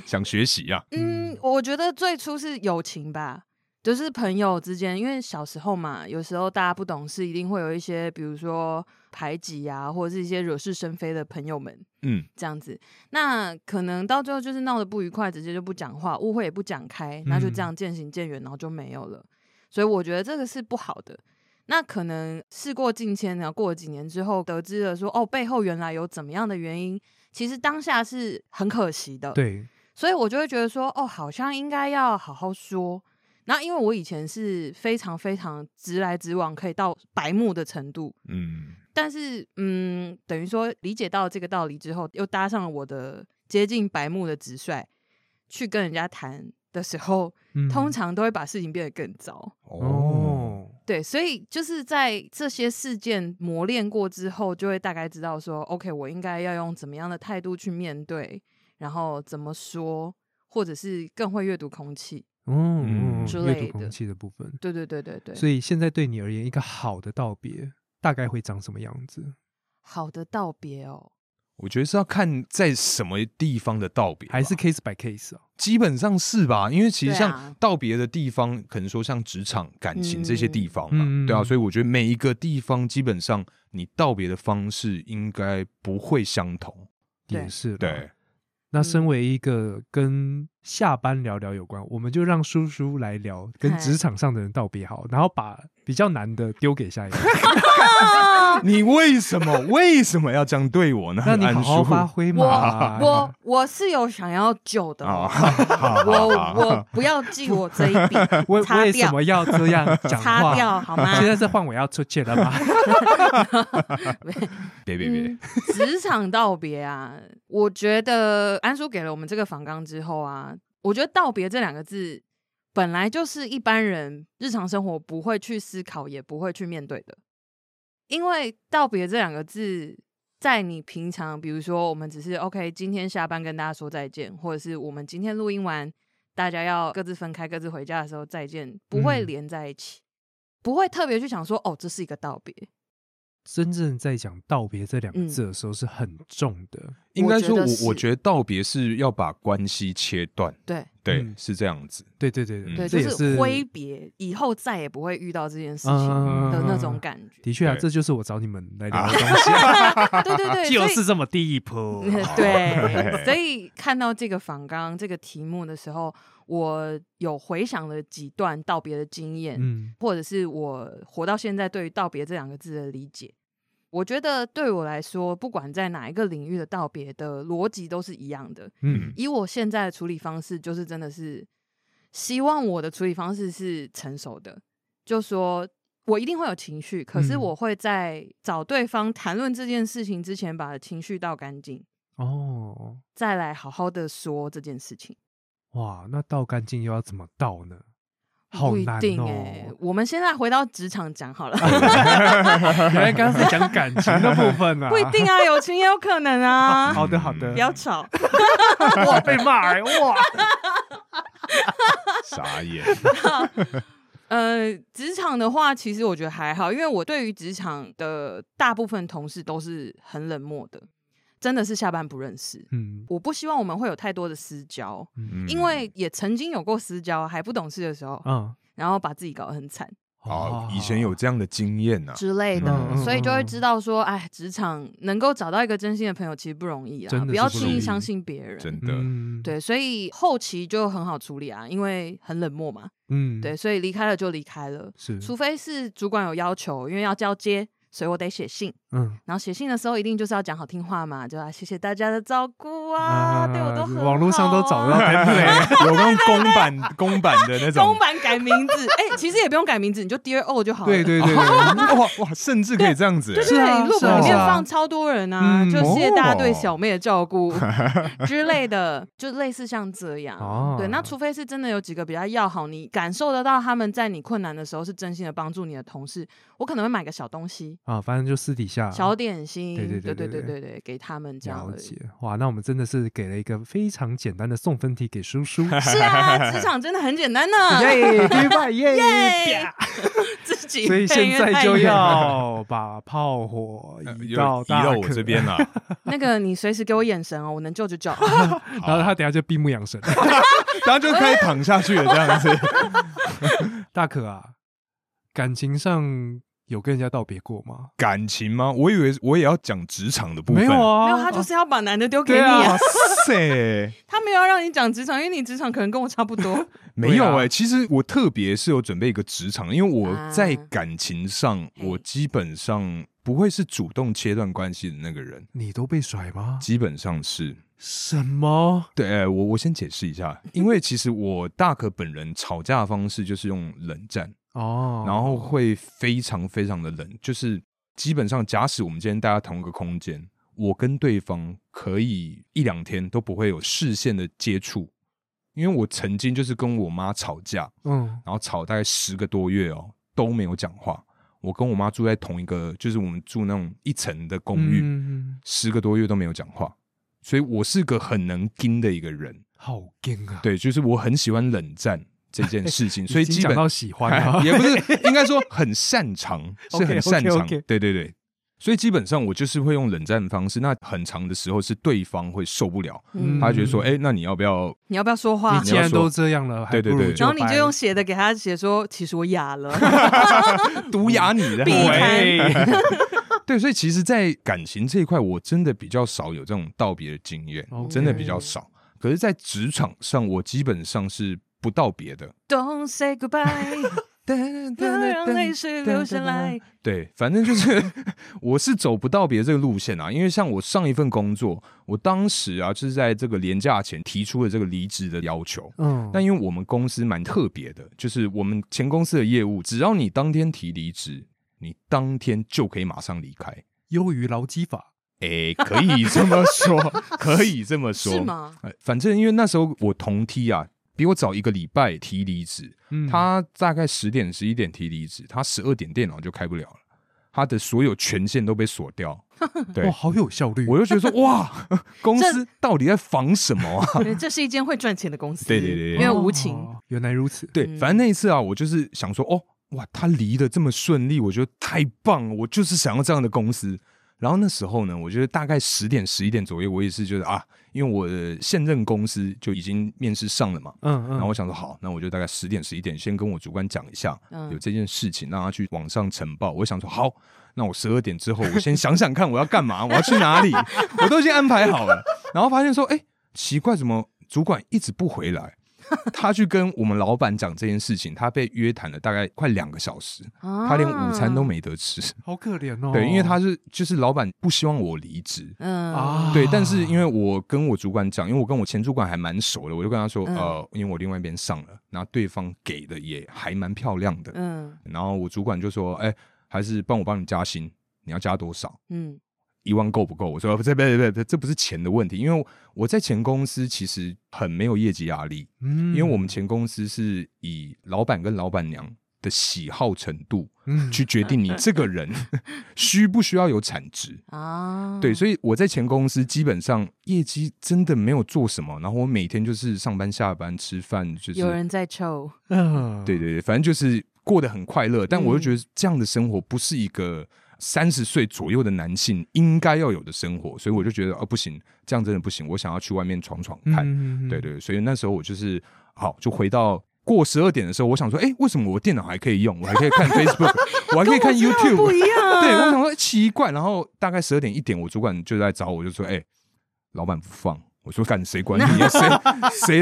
C: 想学习啊呀，
A: 嗯，我觉得最初是友情吧，就是朋友之间，因为小时候嘛，有时候大家不懂事，一定会有一些，比如说排挤啊，或者是一些惹是生非的朋友们
C: 嗯
A: 这样子。那可能到最后就是闹得不愉快，直接就不讲话，误会也不讲开，那就这样渐行渐远，然后就没有了。所以我觉得这个是不好的。那可能事过境迁，然后过了几年之后，得知了说哦，背后原来有怎么样的原因，其实当下是很可惜的。
B: 对，
A: 所以我就会觉得说，哦，好像应该要好好说。然后，因为我以前是非常非常直来直往，可以到白目的程度，
C: 嗯，
A: 但是，嗯，等于说理解到这个道理之后，又搭上了我的接近白目的直率，去跟人家谈的时候，
B: 嗯
A: 通常都会把事情变得更糟。
C: 哦，
B: 哦，
A: 对，所以就是在这些事件磨练过之后，就会大概知道说，OK，我应该要用怎么样的态度去面对，然后怎么说，或者是更会阅读空气。
B: 嗯，
C: 嗯
B: 嗯
A: 之
B: 阅
A: 类
B: 读空
A: 的
B: 气的部分。
A: 对对对对对，
B: 所以现在对你而言，一个好的道别大概会长什么样子？
A: 好的道别
B: *laughs*
A: 哦，
C: 我觉得是要看在什么地方的道别吧，
B: 还是 case by case 啊？
C: 基本上是吧？因为其实
A: 对
C: 像
A: 啊
C: 道别的地方，可能说像职场、感情
A: 嗯
C: 这些地方嘛，
B: 嗯
C: 对啊，所以我觉得每一个地方基本上你道别的方式应该不会相同，
A: 对嗯
B: 也是啦
C: 对。，
B: 那身为一个跟下班聊聊有关，我们就让叔叔来聊跟
A: 嗨
B: 职场上的人道别好，然后把比较难的丢给
C: *laughs*
B: 下一个。
C: 你为什么为什么要这样对我呢？
B: 嗯那你
C: 安
B: 好好
C: 叔
B: 发挥
A: 我
B: 嘛。，
A: 我我是有想要救的
C: 啊
A: 哦、
C: 好
A: 我
C: 好
A: 我不要记我这一笔
B: *laughs* 为
A: 擦
B: 为什
A: 掉
B: 么要这样讲
A: 擦
B: 话？*laughs*
A: 掉好吗？
B: 现在是换我要出去了
A: *laughs*
B: 吗？
C: 别别别
A: 嗯，职场道别啊，我觉得安叔给了我们这个访纲之后啊，我觉得“道别”这两个字本来就是一般人日常生活不会去思考，也不会去面对的，因为“道别”这两个字。在你平常，比如说我们只是 OK，今天下班跟大家说再见，或者是我们今天录音完，大家要各自分开、各自回家的时候再见，不会
B: 嗯
A: 连在一起，不会特别去想说哦，这是一个道别。
B: 真正在讲道别这两个
A: 嗯
B: 字的时候是很重的，
C: 应该
A: 我
C: 说
A: 觉
C: 我
A: 得是
C: 我觉得道别是要把关系切断，
A: 对，
C: 对，
B: 嗯
C: 是这样子。
B: 对对对
C: 嗯
A: 对，
B: 嗯这也
A: 就
B: 是
A: 挥别，以后再也不会遇到这件事情
B: 嗯
A: 的那种感觉。
B: 的确啊，
C: 对
B: 这就是我找你们来聊
C: 啊
B: 的东西，*laughs*
A: 对对对，所以
B: 这么 deep。
A: *laughs*
B: *laughs*
A: 对，所以看到这个访纲这个题目的时候，我有回想了几段道别的经验，
B: 嗯
A: 或者是我活到现在对于道别这两个字的理解。我觉得对我来说，不管在哪一个领域的道别的逻辑都是一样的。
B: 嗯
A: 以我现在的处理方式，就是真的是希望我的处理方式是成熟的，就说我一定会有情绪，可是
B: 嗯
A: 我会在找对方谈论这件事情之前，把情绪倒干净，
B: 哦，
A: 再来好好的说这件事情。
B: 哇，那倒干净又要怎么倒呢？好
A: 不一
B: 难
A: 定欸
B: 哦！
A: 我们现在回到职场
B: *laughs*
A: 讲好了，
B: 原来刚才讲感情的部分啊，
A: *laughs* 不一定啊，友情也有可能啊。
B: *laughs* 好的好的
C: 嗯
A: 不，要吵，
B: 哇被骂欸
C: *laughs*
B: 哇，
C: 傻
B: *laughs*
C: 眼，
A: 呃，职场的话，其实我觉得还好，因为我对于职场的大部分同事都是很冷漠的，真的是下班不认识。
B: 嗯
A: 我不希望我们会有太多的私交，
B: 嗯
A: 因为也曾经有过私交，还不懂事的时候，
B: 嗯，
A: 然后把自己搞得很惨
C: 啊，以前有这样的经验啊呐，
A: 啊之类的，
B: 嗯嗯
A: 所以就
B: 嗯
A: 会
B: 嗯
A: 知道说，哎，职场能够找到一个真心的朋友其实不容易
B: 真
A: 啦，
B: 的是
A: 要
B: 不
A: 轻
B: 容
A: 易
B: 易
A: 相信别人。
C: 真的，
B: 嗯，
A: 对，所以后期就很好处理啊，因为很冷漠嘛。
B: 嗯
A: 对，所以离开了就离开了，
B: 是
A: 除非是主管有要求，因为要交接，所以我得写信。
B: 嗯
A: 然后写信的时候，一定就是要讲好听话嘛，就要谢谢大家的照顾啊，对我都很好、啊。
B: 网络上都找得到 template，
C: *laughs* 有那种公版公版的那种
A: 公，版改名字，哎、其实也不用改名字，你就 Dear O 就好了。
B: 对对对对，
C: 哇哦哇，甚至可以这样子
A: 对。
B: 是
A: 对
B: 啊
A: 对，录
B: 是啊
A: 本里面
B: 是啊
A: 放超多人啊，
B: 嗯
A: 就谢谢大家对
C: 哦
A: 小妹的照顾 *laughs*
B: *laughs*
A: 之类的，就类似像这样。
B: 哦
A: 对，那除非是真的有几个比较要好，你感受得到他们在你困难的时候是真心的帮助你的同事，我可能会买个小东西、
B: 啊，反正就私底下
A: 小点心，
B: 对对
A: 对
B: 对
A: 对
B: 对
A: 对对，给他们这样
B: 了
A: 而
B: 解
A: 已。
B: 哇，那我们真的是给了一个非常简单的送分题给叔
C: *laughs*
B: 叔，耶，
A: 是啊，职场真的很简单 *laughs* 呢，
B: goodbye，耶，
A: *laughs* 耶
B: 啪
A: 自己
B: 所以现
A: 配乐
B: 在
A: 太
B: 就
A: 远
B: 要把炮火
C: 呃
B: 移
C: 有
B: 到
C: 移到我
B: 大可
C: 这， *laughs* 边了，啊
A: 那个，你随时给我眼神哦，我能救就救。
B: *laughs* 然后他等下就闭目养神。 *laughs*
C: 然后就可以躺下去了，这样子。
B: 大可啊，感情上有跟人家道别过吗？
C: *laughs* 感情吗？我以为我也要讲职场的部分。
B: 没有啊，
A: 没有，他就是要把男的丢给
B: 对
A: 你
B: 啊
A: 啊
C: 哇，塞，
A: 他没有要让你讲职场，因为你职场可能跟我差不多。
C: *laughs* 没有
B: 对啊
C: 哎、其实我特别是有准备一个职场，因为我在
A: 啊
C: 感情上，
A: 嘿
C: 我基本上不会是主动切断关系的那个人，
B: 你都被甩
C: *laughs*
B: 吗？
C: 基本上是。
B: 什么？
C: 对，哎我我先解释一下，因为其实我大可本人吵架的方式就是用冷战，
B: 哦，
C: 然后会非常非常的冷，就是基本上，假使我们今天大家同一个空间，我跟对方可以一两天都不会有视线的接触，因为我曾经就是跟我妈吵架，
B: 嗯
C: 然后吵大概十个多月哦都没有讲话。我跟我妈住在同一个，就是我们住那种一层的公寓，
B: 嗯
C: 十个多月都没有讲话，所以我是个很能盯的一个人。
B: 好硬啊！
C: 对，就是我很喜欢冷战这件事情，
B: *laughs* 已
C: 所以
B: 经
C: 基
B: 讲
C: 本，
B: 到喜欢了
C: *laughs* 也不是，应该说很擅长，是
B: OK，OK，OK
C: 很擅长。对对对，所以基本上我就是会用冷战方式。那很长的时候是对方会受不了，
B: 嗯
A: 嗯，
C: 他觉得说，哎、那你要不要？
A: 你要不要说
B: *laughs*
A: 话
B: 你？既然
C: 你要说
B: 都这样了，还
C: 对对
B: 不如
C: 对
A: 然后你就
B: 掰 *laughs*
A: 用写的给他写说，其实我哑了。
C: 毒哑你的
A: 避
B: 哎
A: 开
B: 喂
C: 对，所以其实，在感情这一块，我真的比较少有这种道别的经验
B: OK
C: 真的比较少。可是，在职场上，我基本上是不道别的。
A: Don't say goodbye，不要让泪水流下来。
C: 对，反正就是 *laughs* 我是走不道别这个路线啊，因为像我上一份工作，我当时啊就是在这个年假前提出了这个离职的要求。
B: *laughs*
A: 哦
B: 嗯，
C: 但因为我们公司蛮特别的，就是我们前公司的业务，只要你当天提离职，你当天就可以马上离开。
B: 优于劳基法，
C: 诶，可以这么
A: *laughs*
C: 说，可以这么说，
A: 是吗？
C: 呃？反正因为那时候我同梯啊，比我早一个礼拜提离职，
B: 嗯
C: 他大概十点十一点提离职，他十二点电脑就开不了了，他的所有权限都被锁掉。对
B: 哇，，好有效率，啊
C: 我就觉得说哇， *laughs* 公司到底在防什么啊？ *laughs*
A: 对这是一间会赚钱的公司。
C: 对对对
A: 因
C: 对
A: 为无情。
B: 哦原来如此，
C: 对，
A: 嗯
C: 反正那一次啊，我就是想说哦，哇，他离得这么顺利，我觉得太棒了，我就是想要这样的公司。然后那时候呢，我觉得大概十点十一点左右，我也是就是啊，因为我的现任公司就已经面试上了嘛，
B: 嗯嗯，
C: 然后我想说，好，那我就大概十点十一点先跟我主管讲一下、
A: 嗯
C: 有这件事情，让他去网上呈报。我想说，好，那我十二点之后，我先想想看我要干嘛，我要去哪里，我都已经安排好了。然后发现说，哎，奇怪，怎么主管一直不回来？他去跟我们老板讲这件事情，他被约谈了大概快两个小时，他
A: 他
C: 连午餐
A: 啊
C: 都，没得吃。
B: 好可怜哦。
C: 对，因为他是就是老板不希望我离职。
A: 嗯
B: 啊
C: 对，但是因为我跟我主管讲，因为我跟我前主管还蛮熟的，我就跟他说，
A: 嗯
C: 呃，因为我另外一边上了，然后对方给的也还蛮漂亮的，
A: 嗯
C: 然后我主管就说，哎，还是帮我帮你加薪，你要加多少？
A: 嗯
C: 一万够不够？我说呃不，这不不不，这不是钱的问题，因为我在前公司其实很没有业绩压力，
B: 嗯，
C: 因为我们前公司是以老板跟老板娘的喜好程度
B: 嗯
C: 去决定你这个人 *laughs* 需不需要有产值。
A: 啊，
C: 对，所以我在前公司基本上业绩真的没有做什么，然后我每天就是上班下班吃饭，就是
A: 有人在臭，
B: 嗯
C: 对对对，反正就是过得很快乐。但我又
A: 嗯
C: 觉得这样的生活不是一个三十岁左右的男性应该要有的生活，所以我就觉得哦，不行，这样真的不行，我想要去外面闯闯看。
B: 嗯
C: 对，对，所以那时候我就是好，就回到。过十二点的时候，我想说，哎、为什么我电脑还可以用？我还可以看
A: *laughs*
C: Facebook，我还啊可以看 YouTube，
A: 不一样，
C: *laughs* 对，
B: 嗯
C: 我想说奇怪，然后大概十二点一点，我主管就在找我，就说：“哎、老板不放。”我说：“干谁管你啊？谁 谁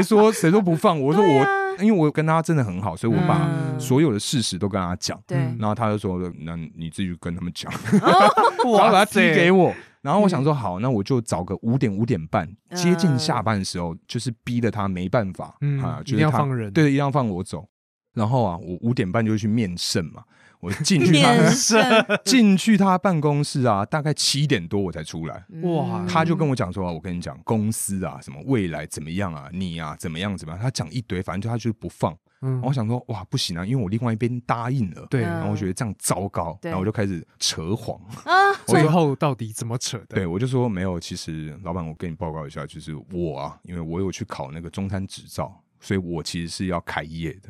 B: *laughs*
C: 说谁说不放？”我说
A: 对
C: 我：“
A: 啊
C: 因为我跟他真的很好，所以我把
A: 嗯
C: 所有的事实都跟他讲。
A: 对
B: 嗯，
C: 然后他就说：“那你自己跟他们讲。”然后
B: 哇
C: 把他踢
B: 塞嗯
C: 给我。然后我想说：“好，那我就找个五点五点半接近
A: 嗯
C: 下班的时候，就是逼得他没办法、
B: 嗯
C: 啊，
B: 一
C: 就是
B: 定要
C: 他
B: 放人
C: 对，一定要放我走。然后啊，我五点半就去面圣嘛，我进去他
A: 面圣，
C: 进去他办公室啊，大概七点多我才出来。
B: 哇
C: 他就跟
A: 我
C: 我讲说：“啊我跟你讲，公司啊，什么未来怎么样啊，你啊怎么样怎么样。”他讲一堆，反正就他就是不放。
B: 嗯
C: 然后我想说：“哇，不行啊，因为我另外一边答应了。”
B: 对，
A: 嗯
C: 然后我觉得这样糟糕，
A: 对
C: 然后我就开始扯谎。
A: 啊，
B: 最后到底怎么扯的？
C: 对，我就说没有，其实老板，我跟你报告一下，就是我啊，因为我有去考那个中餐执照，所以我其实是要开业的。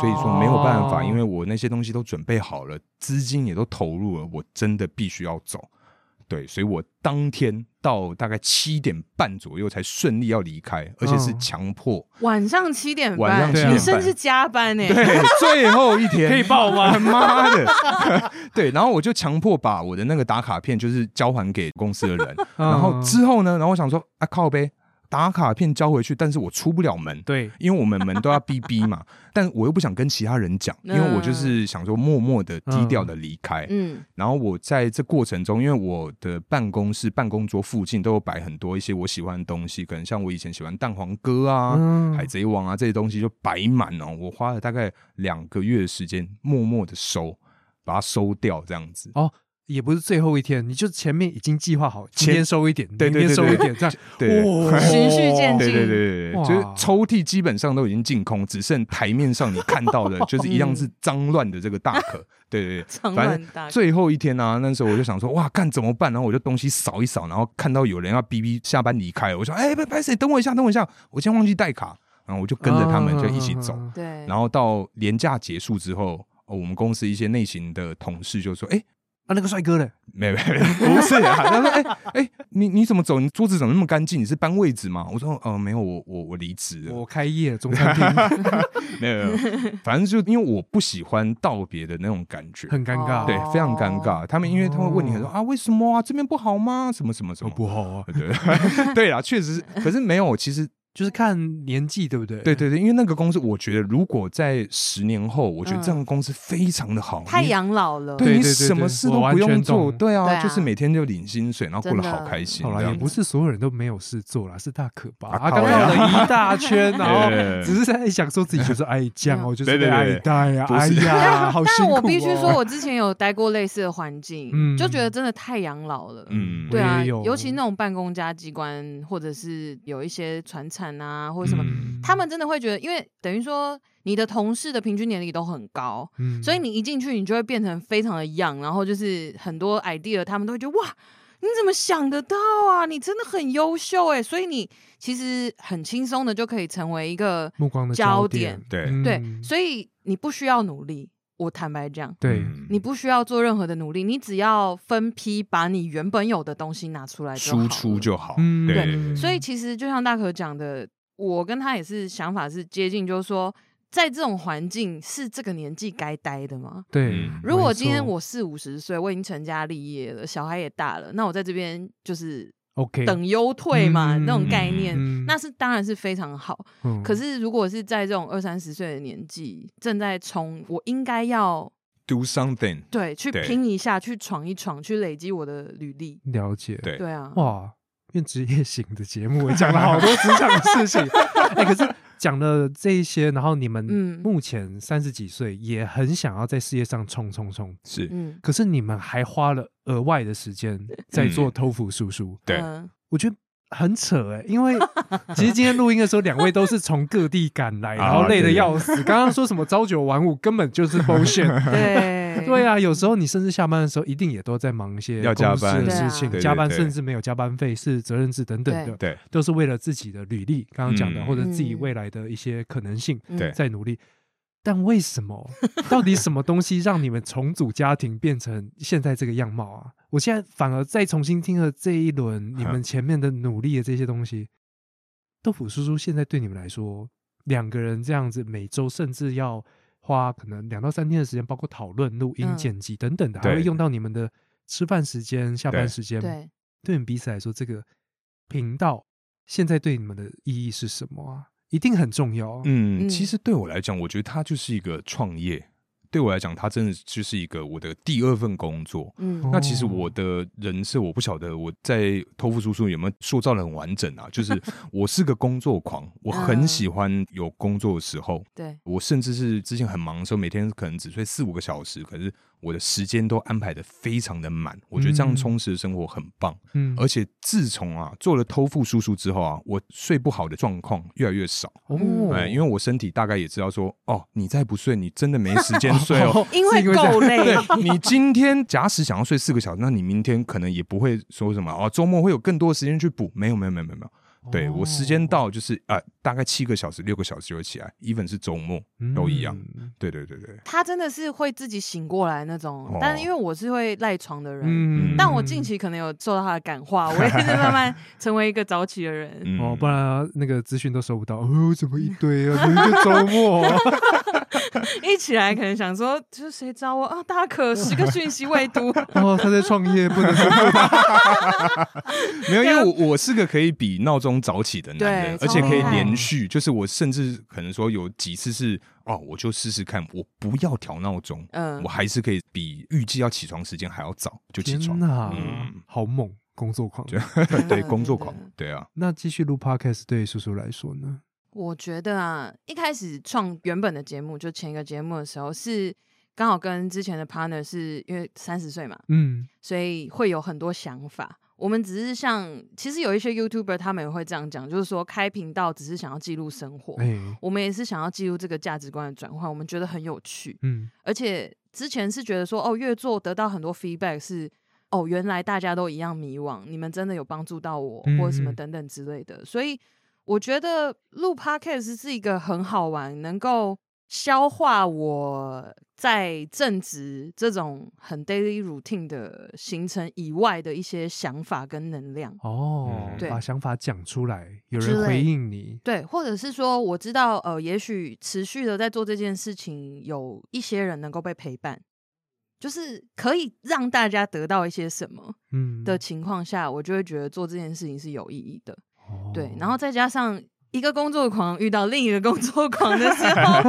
C: 所以说没有办法，
B: 哦
C: 因为我那些东西都准备好了，资金也都投入了，我真的必须要走。对，所以我当天到大概七点半左右才顺利要离开，而且是
B: 嗯
C: 强迫。
A: 晚上七点
C: 晚
A: 半
C: 上
B: 七，点
A: 你
B: 半
A: 甚至加班欸呢，
C: 对，最后一天
B: *laughs* 可以报吗
C: *laughs* 妈的， *laughs* 对，然后我就强迫把我的那个打卡片就是交还给公司的人，
B: 嗯
C: 然后之后呢，然后我想说啊靠呗，打卡片交回去，但是我出不了门，
B: 对，
C: 因为我们门都要逼逼嘛， *laughs* 但我又不想跟其他人讲，因
B: 嗯
C: 为我就是想说默默的、低调的离开。
A: 嗯
C: 然后我在这过程中，因为我的办公室、办公桌附近都有摆很多一些我喜欢的东西，可能像我以前喜欢蛋黄哥啊、
B: 嗯
C: 海贼王啊这些东西就摆满哦。我花了大概两个月的时间，默默的收，把它收掉这样子。
B: 哦，也不是最后一天，你就前面已经计划好，今
C: 前
B: 天收一点，
C: 对
B: 明
C: 对
B: 天
C: 对
B: 收一
C: 对
B: 点，这样
C: 对
B: 哇啊
A: 循序渐进
C: *laughs* 对对对对对，
B: 哦哇
C: 就是抽屉基本上都已经净空，只剩台面上你看
B: *laughs*
C: 到的，就是一样
B: 嗯
C: 是脏乱的这个大可。对对对，
A: 脏
C: 反
A: 乱
C: 正
A: 大可
C: 最后一天啊，那时候我就想说，哇，干怎么办？然后我就东西扫一扫，然后看到有人要逼逼下班离开，我说，哎，不拍谁？等我一下，等我一下，我今天忘记带卡。然后我就跟着他们就一起走。
B: 嗯
A: 对，
C: 然后到年假结束之后，哦我们公司一些内勤的同事就说，哎，
B: 啊，那个帅哥嘞，
C: 没没没，不是啊。 *laughs* 他说：“哎、哎、你你怎么走？你桌子怎么那么干净？你是搬位置吗？”我说：“呃，没有，我我我离职了，
B: 我开业了中餐
C: *laughs*
B: 厅，
C: 没有，没有反正就因为我不喜欢道别的那种感觉，
B: 很尴尬，
C: 对，非常尴尬。他们因为他会问你很多、
B: 哦
C: 啊，为什么啊？这边不好吗？什么什么什
B: 哦
C: 么？
B: 不好啊，
C: 对 *laughs* 对啦，确实
B: *laughs*
C: 是，可是没有，其实。”
B: 就是看年纪，对不对？
C: 对，对对，因为那个公司，我觉得如果在十年后，我觉得
A: 嗯
C: 这样的公司非常的好，
A: 太
C: 你
A: 养老了，
B: 对
C: 对你
B: 对
C: 什么
B: 对
C: 事
B: 我
C: 都
B: 完
C: 不用
B: 全
C: 做，
B: 懂
C: 对
A: 对
C: 啊，
A: 啊
C: 就是每天就领薪水，然后过得好开心
B: 好
C: 这
B: 啦，
C: 样
B: 也
C: 子。
B: 不是所有人都没有事做啦，是大可吧？
C: 啊
B: 他
C: 靠
B: 刚
C: 呀
B: 绕了一大
C: *laughs*
B: 圈，然后 *laughs*
C: 对
B: 只是在想说自己就是爱酱哦，就是
C: 对对
B: 被爱
C: 对
B: 戴呀，
C: 不
B: 哎
C: 是
A: *laughs*
C: 啊
B: 呀，好辛
A: *laughs* 但
B: 苦。
C: 哦
B: 哦
A: 我必须说，，我之前有待过类似的环境，
B: 嗯
A: 就觉得真的太养老了。
C: 嗯
A: 对
B: 我
A: 啊，
B: 也有
A: 尤其那种办公加机关，或者是有一些传产啊，或者什么，
C: 嗯
A: 他们真的会觉得，因为等于说你的同事的平均年龄都很高，
B: 嗯
A: 所以你一进去，你就会变成非常的 young，然后就是很多 idea，他们都会觉得哇，你怎么想得到啊？你真的很优秀哎、所以你其实很轻松的就可以成为一个
B: 目光的
A: 焦
B: 点，
C: 对
B: 嗯
A: 对，所以你不需要努力。我坦白讲，
B: 对，
C: 嗯
A: 你不需要做任何的努力，你只要分批把你原本有的东西拿出来就好
C: 输
A: 了
C: 出。就好，
B: 嗯
C: 对
B: 对
A: 所以其实就像大可讲的，我跟他也是想法是接近，就是说，在这种环境是这个年纪该待的吗？
B: 对
C: 嗯。
A: 如果
B: 没
A: 今天
B: 错
A: 我四五十岁，我已经成家立业了，小孩也大了，那我在这边就是
B: OK，
A: 等优退嘛、
B: 嗯
A: 那种概念，
B: 嗯
A: 那是当然是非常好。
B: 嗯
A: 可是如果是在这种二三十岁的年纪正在冲，我应该要
C: do something，
A: 对去
C: 对
A: 拼一下，去闯一闯，去累积我的履历。
B: 了解，
C: 对
A: 对啊，
B: 哇，变职业型的节目，讲了好多职场的事
A: *laughs*
B: 情。哎、可是讲了这一些，然后你们
A: 嗯
B: 目前三十几岁，也很想要在事业上冲冲冲，
C: 是
A: 嗯，
B: 可是你们还花了额外的时间
C: 嗯
B: 在做偷福叔叔，
C: 对
A: 嗯
B: 我觉得。很扯哎、因为其实今天录音的时候，两位都是从各地赶
C: *laughs*
B: 来，然
C: 啊
B: 后累得要死。刚刚说什么朝九晚五，根本就是 bullshit。
A: *laughs*
B: *laughs*
A: 对
B: 对啊，有时候你甚至下班的时候，一定也都在忙一些
C: 要加
B: 公司
C: 班
B: 的
A: 对啊
B: 事情，
C: 对对
B: 加班
C: 对
B: 甚至没有加班费，是责任制等等的，
C: 对
B: 都是为了自己的履历，刚刚讲的，
C: 嗯
B: 或者自己
A: 嗯
B: 未来的一些可能性
A: 嗯
C: 对
B: 在努力。但为什么？到底什么东西让你们重组家庭变成现在这个样貌啊？我现在反而再重新听了这一轮你
C: 嗯
B: 们前面的努力的这些东西，豆腐叔叔现在对你们来说，两个人这样子每周甚至要花可能两到三天的时间，包括讨论、录音、
A: 嗯
B: 剪辑等等的，还
C: 对
B: 会用到你们的吃饭时间、下班
C: 对
B: 时间，
A: 对，
B: 对你们彼此来说，这个频道现在对你们的意义是什么啊？一定很重要啊。
C: 嗯，
A: 嗯
C: 其实对我来讲，我觉得它就是一个创业。对我来讲，它真的就是一个我的第二份工作。
A: 嗯
C: 那其实
B: 哦
C: 我的人设，我不晓得我在偷富叔叔有没有塑造的很完整啊？就是我是个工作狂，我很
A: 嗯
C: 喜欢有工作的时候。
A: 对，
C: 我甚至是之前很忙的时候，每天可能只睡四五个小时，可是我的时间都安排的非常的满。我觉得这样
B: 嗯
C: 充实的生活很棒。
B: 嗯，
C: 而且自从啊做了偷富叔叔之后啊，我睡不好的状况越来越少。
B: 哦，
C: 哎，因
B: 为
C: 为我身体大概也知道说，哦，你再不睡，你真的没时间睡哦。
A: 因为
C: *laughs*
A: 够累
C: 对，你今天假使想要睡四个小时，那你明天可能也不会说什么哦，周末会有更多时间去补。没有，没有，没有，没有，没有。对我时
B: 哦
C: 间到就是啊、呃大概七个小时、六个小时就会起来，even 是周末都一样。
B: 嗯
C: 对对对对，
A: 他真的是会自己醒过来那种，
C: 哦
A: 但因为我是会赖床的人，
B: 嗯
A: 但我近期可能有受到他的感化，我也是慢慢成为一个早起的人。
C: 嗯
B: 哦，不然那个资讯都收不到。哦，怎么一堆啊？明明就周末啊，
A: 一起来可能想说，就是谁找我啊？大可十个讯息未
C: *laughs*
A: 读，
B: 哦，他在创业，不能说
C: 没有，因为我我是个可以比闹钟早起的男人，
A: 对
C: 而且可以
B: 超厉害
C: 连续，就是我甚至可能说有几次是哦，我就试试看，我不要调闹钟，
A: 嗯
C: 我还是可以比预计要起床时间还要早就起
B: 天
C: 床。
B: 哪
C: 嗯，
B: 好猛，工作狂。
A: 真的
C: *laughs* 对，工作狂
A: 真的，
C: 对啊，
B: 那继续录 podcast 对叔叔来说呢？
A: 我觉得啊，一开始创原本的节目，就前一个节目的时候，是刚好跟之前的 partner 是因为三十岁嘛，
B: 嗯，
A: 所以会有很多想法。我们只是像，其实有一些 YouTuber 他们也会这样讲，就是说开频道只是想要记录生活，
B: 哎，
A: 我们也是想要记录这个价值观的转换，我们觉得很有趣，
B: 嗯，
A: 而且之前是觉得说，哦，越做得到很多 feedback 是，哦，原来大家都一样迷惘，你们真的有帮助到我，
B: 嗯
A: 或者什么
B: 嗯
A: 等等之类的。所以我觉得录 podcast 是一个很好玩，能够消化我在正职这种很 daily routine 的行程以外的一些想法跟能量。
B: 哦
C: 嗯，
A: 对
B: 把想法讲出来，有
A: 之
B: 人
A: 类
B: 回应你，
A: 对，或者是说，我知道，呃，也许持续的在做这件事情，有一些人能够被陪伴，就是可以让大家得到一些什么
B: 嗯
A: 的情况下，我就会觉得做这件事情是有意义的。
B: 哦
A: 对，然后再加上一个工作狂遇到另一个工作狂的时
B: *laughs*
A: 候，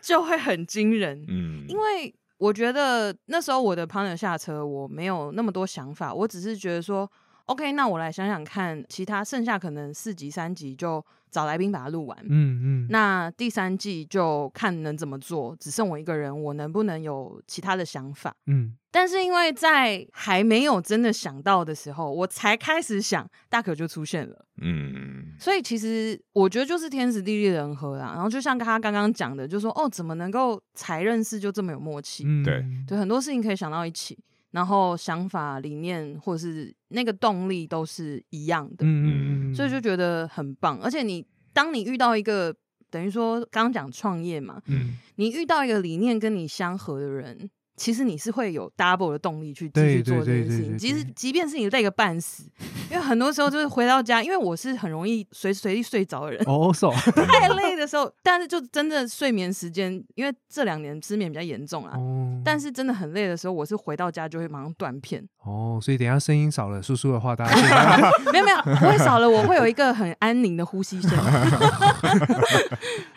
A: 就会很惊人。
C: 嗯，
A: 因为我觉得那时候我的 partner 下车，我没有那么多想法，我只是觉得说，OK，那我来想想看，其他剩下可能四集、三集就找来宾把它录完。
B: 嗯嗯，
A: 那第三季就看能怎么做，只剩我一个人，我能不能有其他的想法？
B: 嗯
A: 但是因为在还没有真的想到的时候，我才开始想，大可就出现了。
C: 嗯，
A: 所以其实我觉得就是天时地利人和啦。然后就像他刚刚讲的，就说哦，怎么能够才认识就这么有默契？
B: 嗯，
C: 对
A: 对，很多事情可以想到一起，然后想法、理念或者是那个动力都是一样的，
B: 嗯嗯嗯，
A: 所以就觉得很棒。而且你当你遇到一个等于说刚刚讲创业嘛，
B: 嗯
A: 你遇到一个理念跟你相合的人。其实你是会有 double 的动力去继
B: 对
A: 续做
B: 对对
A: 这件
B: 对
A: 事情，
B: 对
A: 即使
B: 对
A: 即便是你累个半死，因为很多时候就是回到家，因为我是很容易随时随地睡着的人，
B: 哦手
A: 太累的时候，但是就真的睡眠时间，因为这两年失眠比较严重啊，
B: 哦，
A: 但是真的很累的时候，我是回到家就会马上断片。
B: 哦，所以等一下声音少了，叔叔的话大家听到
A: 没有没有，不会少了，我会有一个很安宁的呼吸声
C: 哦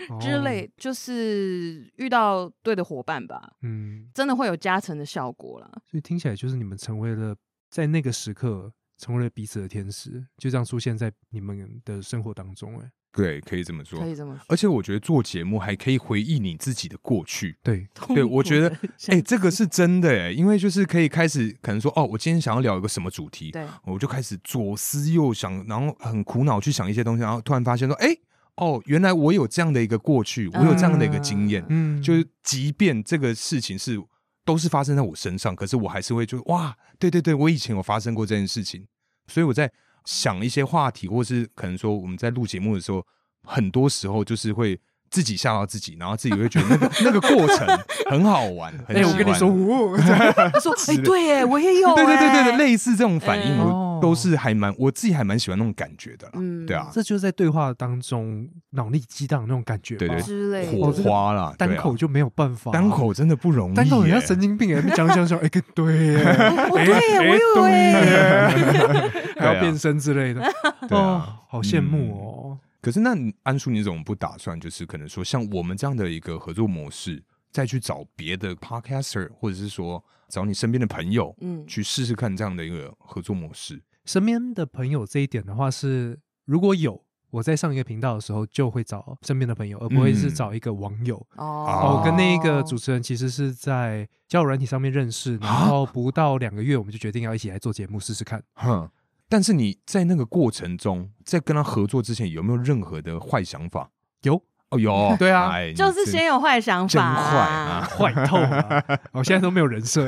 B: 哦
A: 之类，就是遇到对的伙伴吧
B: 哦，嗯，
A: 真的会有加成的效果啦。
B: 所以听起来就是你们成为了在那个时刻成为了彼此的天使，就这样出现在你们的生活当中、哎，
C: 对，可以这么说
A: 可。以这么说。
C: 而且我觉得做节目还可以回忆你自己的过去，
B: 对，
C: 对我觉得
A: 痛苦的
C: 哎、
A: 想
C: 这个是真的哎、因为就是可以开始可能说哦，我今天想要聊一个什么主题， *laughs*
A: 对，
C: 我就开始左思右想，然后很苦恼去想一些东西，然后突然发现说，哎、哦，原来我有这样的一个过去，我有这样的一个经验，
B: 嗯，
C: 就是即便这个事情是都是发生在我身上，可是我还是会就哇，对对对，我以前有发生过这件事情，所以我在想一些话题，或是可能说我们在录节目的时候，很多时候就是会。自己吓到自己，然后自己会觉得那个那个过
B: *laughs*
C: 程很好玩，
B: 哎、
C: 很喜
B: 我
C: 欢。
B: 跟你说，哦、这样
A: 他
C: *laughs*
A: 说：“哎，对耶，我也有。”哎
C: 对对对对
B: 哦
C: 对，，类似这种反
B: 哎
C: 应，
A: 嗯
C: 我都是还蛮我自己还蛮喜欢那种感觉的啦。
A: 嗯
C: 对啊，
B: 这就是在对话当中脑力激荡那种感觉吧，
C: 对对
A: 之类
C: 火
B: 哦这
A: 的。
B: 个
C: 花啦，对
B: 单
C: 啊
B: 口就没有办法，
C: 单口真的不容易耶，
B: 单口人家神经
C: *laughs*
B: 病哎、讲讲讲，哎、跟对耶，
A: 我对耶，
B: 哎
A: 我有哎。
B: 对耶还
C: 对啊
B: 要变身之类的，
C: 对啊嗯
B: 哦，好羡慕哦。
C: 可是那你安叔，你怎么不打算就是可能说像我们这样的一个合作模式，再去找别的 podcaster，或者是说找你身边的朋友
A: 嗯，
C: 去试试看这样的一个合作模式？
B: 身边的朋友这一点的话是，如果有我在上一个频道的时候，就会找身边的朋友，而不会是
C: 嗯
B: 找一个网友。
A: 哦
C: 啊
B: 哦，跟那一个主持人其实是在交友软体上面认识，然
C: 啊
B: 后不到两个月，我们就决定要一起来做节目试试看。
C: 哼。但是你在那个过程中，在跟他合作之前，有没有任何的坏想法？
B: 有
C: 哦， *laughs* 有，对
B: 啊
A: 就是先有坏想
C: 真
A: 法
C: 坏
A: 啊
C: 啊，
B: 坏透了，
C: *laughs*
B: 我、现在都没有人设。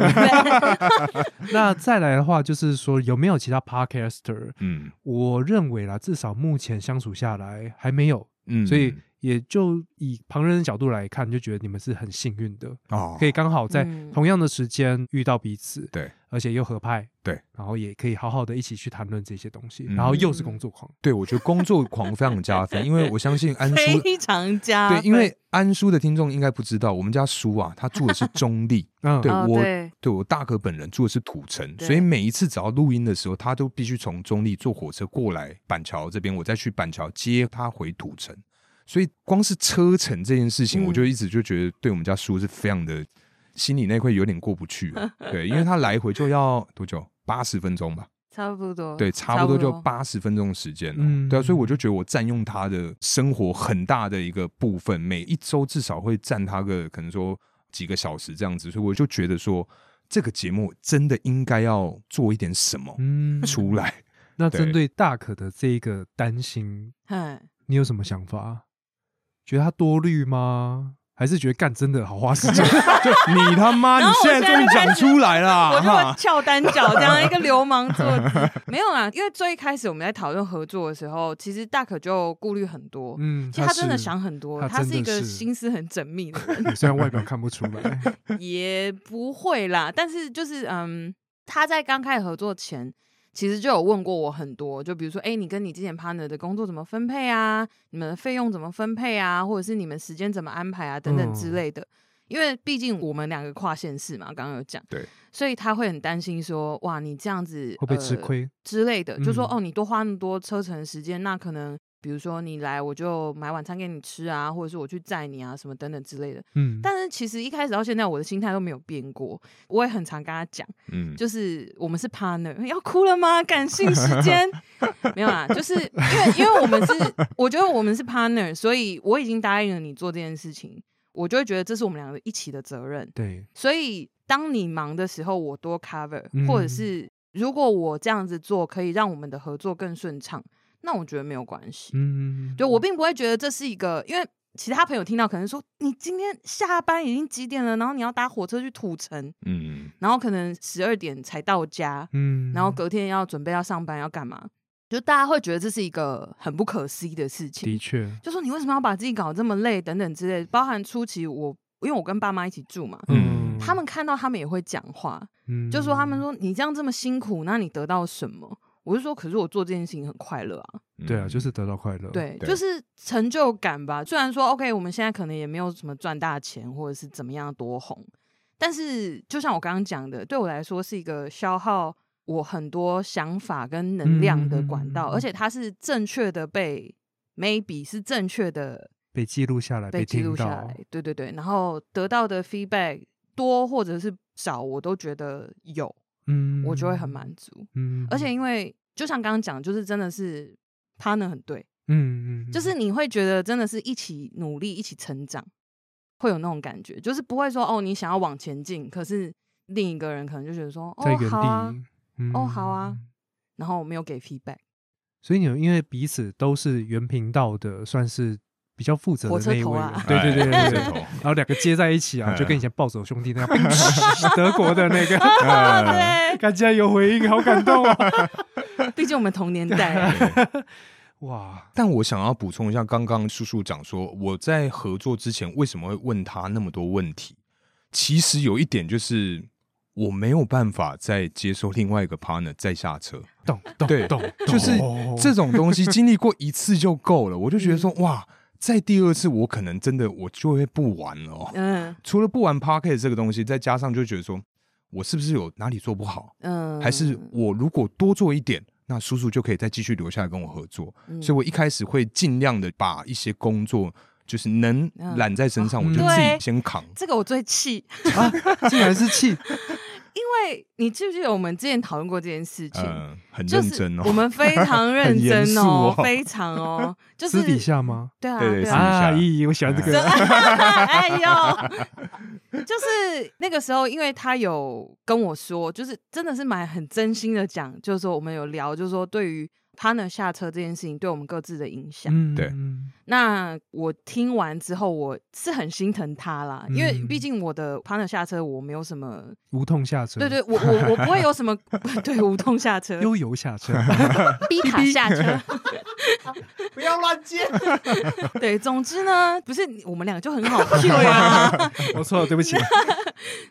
B: 那再来的话，就是说有没有其他 podcaster？
C: 嗯
B: 我认为啦，至少目前相处下来还没有，
C: 嗯，
B: 所以也就以旁人的角度来看，就觉得你们是很幸运的，
C: 哦，
B: 可以刚好在
A: 嗯
B: 同样的时间遇到彼此，
C: 对，
B: 而且又合拍，
C: 对，
B: 然后也可以好好的一起去谈论这些东西，
C: 嗯
B: 然后又是工作狂，
C: 对，我觉得工作狂非常加分，因为我相信安叔，
A: *laughs* 非常加
C: 对
A: 分。，
C: 因为安叔的听众应该不知道，我们家叔啊，他住
A: *laughs*
C: 的是中立，
B: 嗯，
C: 对
A: 哦
C: 我
A: 对
C: 对我大哥本人住的是土城，
A: 对
C: 所以每一次只要录音的时候，他都必须从中立坐火车过来板桥这边，我再去板桥接他回土城。所以光是车程这件事情，
A: 嗯
C: 我就一直就觉得对我们家叔是非常的心里那块有点过不
A: *laughs*
C: 去啊、对，因为他来回就要多久？八十分钟吧，
A: 差不多，
C: 对，差不多就八十分钟的时间了。
B: 嗯
C: 对啊，所以我就觉得我占用他的生活很大的一个部分，每一周至少会占他个可能说几个小时这样子，所以我就觉得说这个节目真的应该要做一点什么
B: 嗯，
C: *laughs* 出来。
B: 那
C: 对
B: 针对大可的这一个担心，
A: 嗯，
B: 你有什么想法？觉得他多虑吗？还是觉得干真的好花时
A: *laughs*
B: 间？
C: 就你
B: *laughs*
C: 他妈，
A: 然
C: 你
A: 后我
C: 现在终于讲出来啦！
B: 啊
A: 我就会
C: 哈，
A: 翘单脚，这样一个流氓
B: *laughs*
A: 坐姿，没有啦。因为最一开始我们在讨论合作的时候，其实大可就顾虑很多。
B: 嗯，
A: 其实他真的
B: 是
A: 想很多，
B: 他
A: 他
B: 真
A: 是一
B: 的
A: 个
B: 是
A: 心思很呃缜密的人，
B: 对虽然外表看不出
A: *laughs*
B: 来，
A: 也不会啦。但是就是嗯，他在刚开始合作前，其实就有问过我很多，就比如说，哎、你跟你之前 partner 的工作怎么分配啊？你们的费用怎么分配啊？或者是你们时间怎么安排啊？等等之
B: 嗯
A: 类的。因为毕竟我们两个跨县市嘛，刚刚有讲，
C: 对，
A: 所以他会很担心说，哇，你这样子
B: 会不会吃
A: 呃
B: 亏？
A: 之类的，就说
B: 嗯
A: 哦，你多花那么多车程时间，那可能比如说你来我就买晚餐给你吃啊，或者是我去载你啊，什么等等之类的。
B: 嗯，
A: 但是其实一开始到现在，我的心态都没有变过。我也很常跟他讲，
C: 嗯，
A: 就是我们是 partner，要哭了吗？感性时间没有啦，就是因为因为我们是，我觉得我们是 partner，所以我已经答应了你做这件事情，我就会觉得这是我们两个一起的责任。
B: 对，
A: 所以当你忙的时候，我多 cover，、
B: 嗯
A: 或者是如果我这样子做可以让我们的合作更顺畅，那我觉得没有关系。
B: 嗯，
A: 就我并不会觉得这是一个，因为其他朋友听到可能说，你今天下班已经几点了，然后你要搭火车去土城，
C: 嗯，
A: 然后可能十二点才到家，
B: 嗯，
A: 然后隔天要准备要上班要干嘛，就大家会觉得这是一个很不可思议的事情
B: 的。确，
A: 就说你为什么要把自己搞这么累等等之类的，包含初期我因为我跟爸妈一起住嘛，
C: 嗯
A: 他们看到他们也会讲话，
B: 们
A: 就说他们，说你这样这么辛苦，那你得到什么？我就说，可是我做这件事情很快乐啊，
C: 嗯
B: 对啊，就是得到快乐，，
A: 对，
C: 对
A: 就是成就感吧。虽然说 OK，我们现在可能也没有什么赚大钱，或者是怎么样多红，但是就像我刚刚讲的，对我来说是一个消耗我很多想法跟能量的管
B: 嗯嗯
A: 道，
B: 嗯嗯
A: 而且它是正确的被 maybe 是正确的
B: 被记录下来，
A: 被记
B: 听
A: 录下
B: 到
A: 来，，对对对，然后得到的 feedback 多或者是少，我都觉得有，
B: 嗯，
A: 我就会很，满足。
B: 嗯，
A: 而且因为就像刚刚讲，就是真的是 partner 很对，
B: 嗯，嗯嗯，
A: 就是你会觉得真的是一起努力、一起成长，会有那种感觉，就是不会说哦，你想要往前进，可是另一个人可能就觉得说
B: 在
A: 哦
B: 原
A: 好啊，
B: 地，嗯
A: 哦好啊。然后没有给 feedback，
B: 所以你们因为彼此都是原频道的，算是比较负责
A: 火
B: 的
A: 车
B: 那一
A: 头
B: 位
C: *laughs*
A: 啊，
B: 对对对对
C: 哎
B: 对，
C: 火车头
B: 然后两个接在一起
C: *laughs*
B: 啊，
C: 嗯
B: 就跟以前暴走兄弟那
C: *laughs*
B: 样，德国的那个，
A: *laughs*
C: 哎
B: 看起来有回应，好感动
C: *laughs*
B: 啊！
A: 毕竟我们同年代，啊
B: 哇，
C: 但我想要补充一下，刚刚叔叔讲说，我在合作之前为什么会问他那么多问题？其实有一点就是，我没有办法再接受另外一个 partner 再下车，
B: 懂懂
C: 对
B: 懂，
C: 就是
B: 懂
C: 这种东西经历过一次就够了。我就觉得说，哇，在第二次我可能真的我就会不玩了、哦。
A: 嗯
C: 除了不玩 p a r k e t 这个东西，再加上就觉得说，我是不是有哪里做不好？
A: 嗯，
C: 还是我如果多做一点，那叔叔就可以再继续留下来跟我合作。
A: 嗯
C: 所以我一开始会尽量的把一些工作，就是能
A: 嗯
C: 揽在身上，
B: 嗯
C: 我就
A: 对
C: 自己先扛。
A: 这个我最气，
B: 啊，竟然是
A: *laughs*
B: 气，
A: 因为你记不记得我们之前讨论过这件事情？
C: 嗯，很
A: 就
C: 认
A: 是
C: 真哦。
A: 我 *laughs* 们非常认
C: 很严
A: 真
C: 肃
A: 哦，
C: 哦
A: 非常哦，就是
B: 私底下吗？
A: 对啊，
C: 对对
A: 对啊
C: 私底，下嗯
B: 啊，咦，我喜欢这
A: 真
B: 个，
A: *laughs* 哎呦， *laughs* 就是那个时候，因为他有跟我说，就是真的是蛮很真心的讲，就是说我们有聊，就是说对于 partner 下车这件事情对我们各自的影响。
B: 嗯，
C: 对
B: 嗯
A: 那我听完之后，我是很心疼他啦，因为
B: 嗯
A: 毕竟我的 partner 下车，我没有什么，
B: 无痛下车，
A: 对，对，我我我不会有什么 *laughs* 对无痛下车，
B: 悠游下
C: *laughs*
B: 车，
A: 逼卡下车。
B: *laughs* 不要乱接，
A: 对，总之呢，不是你我们两个就很
B: *laughs*
A: 好 Q 啊。
B: 我错了，对不
A: *laughs*
B: 起，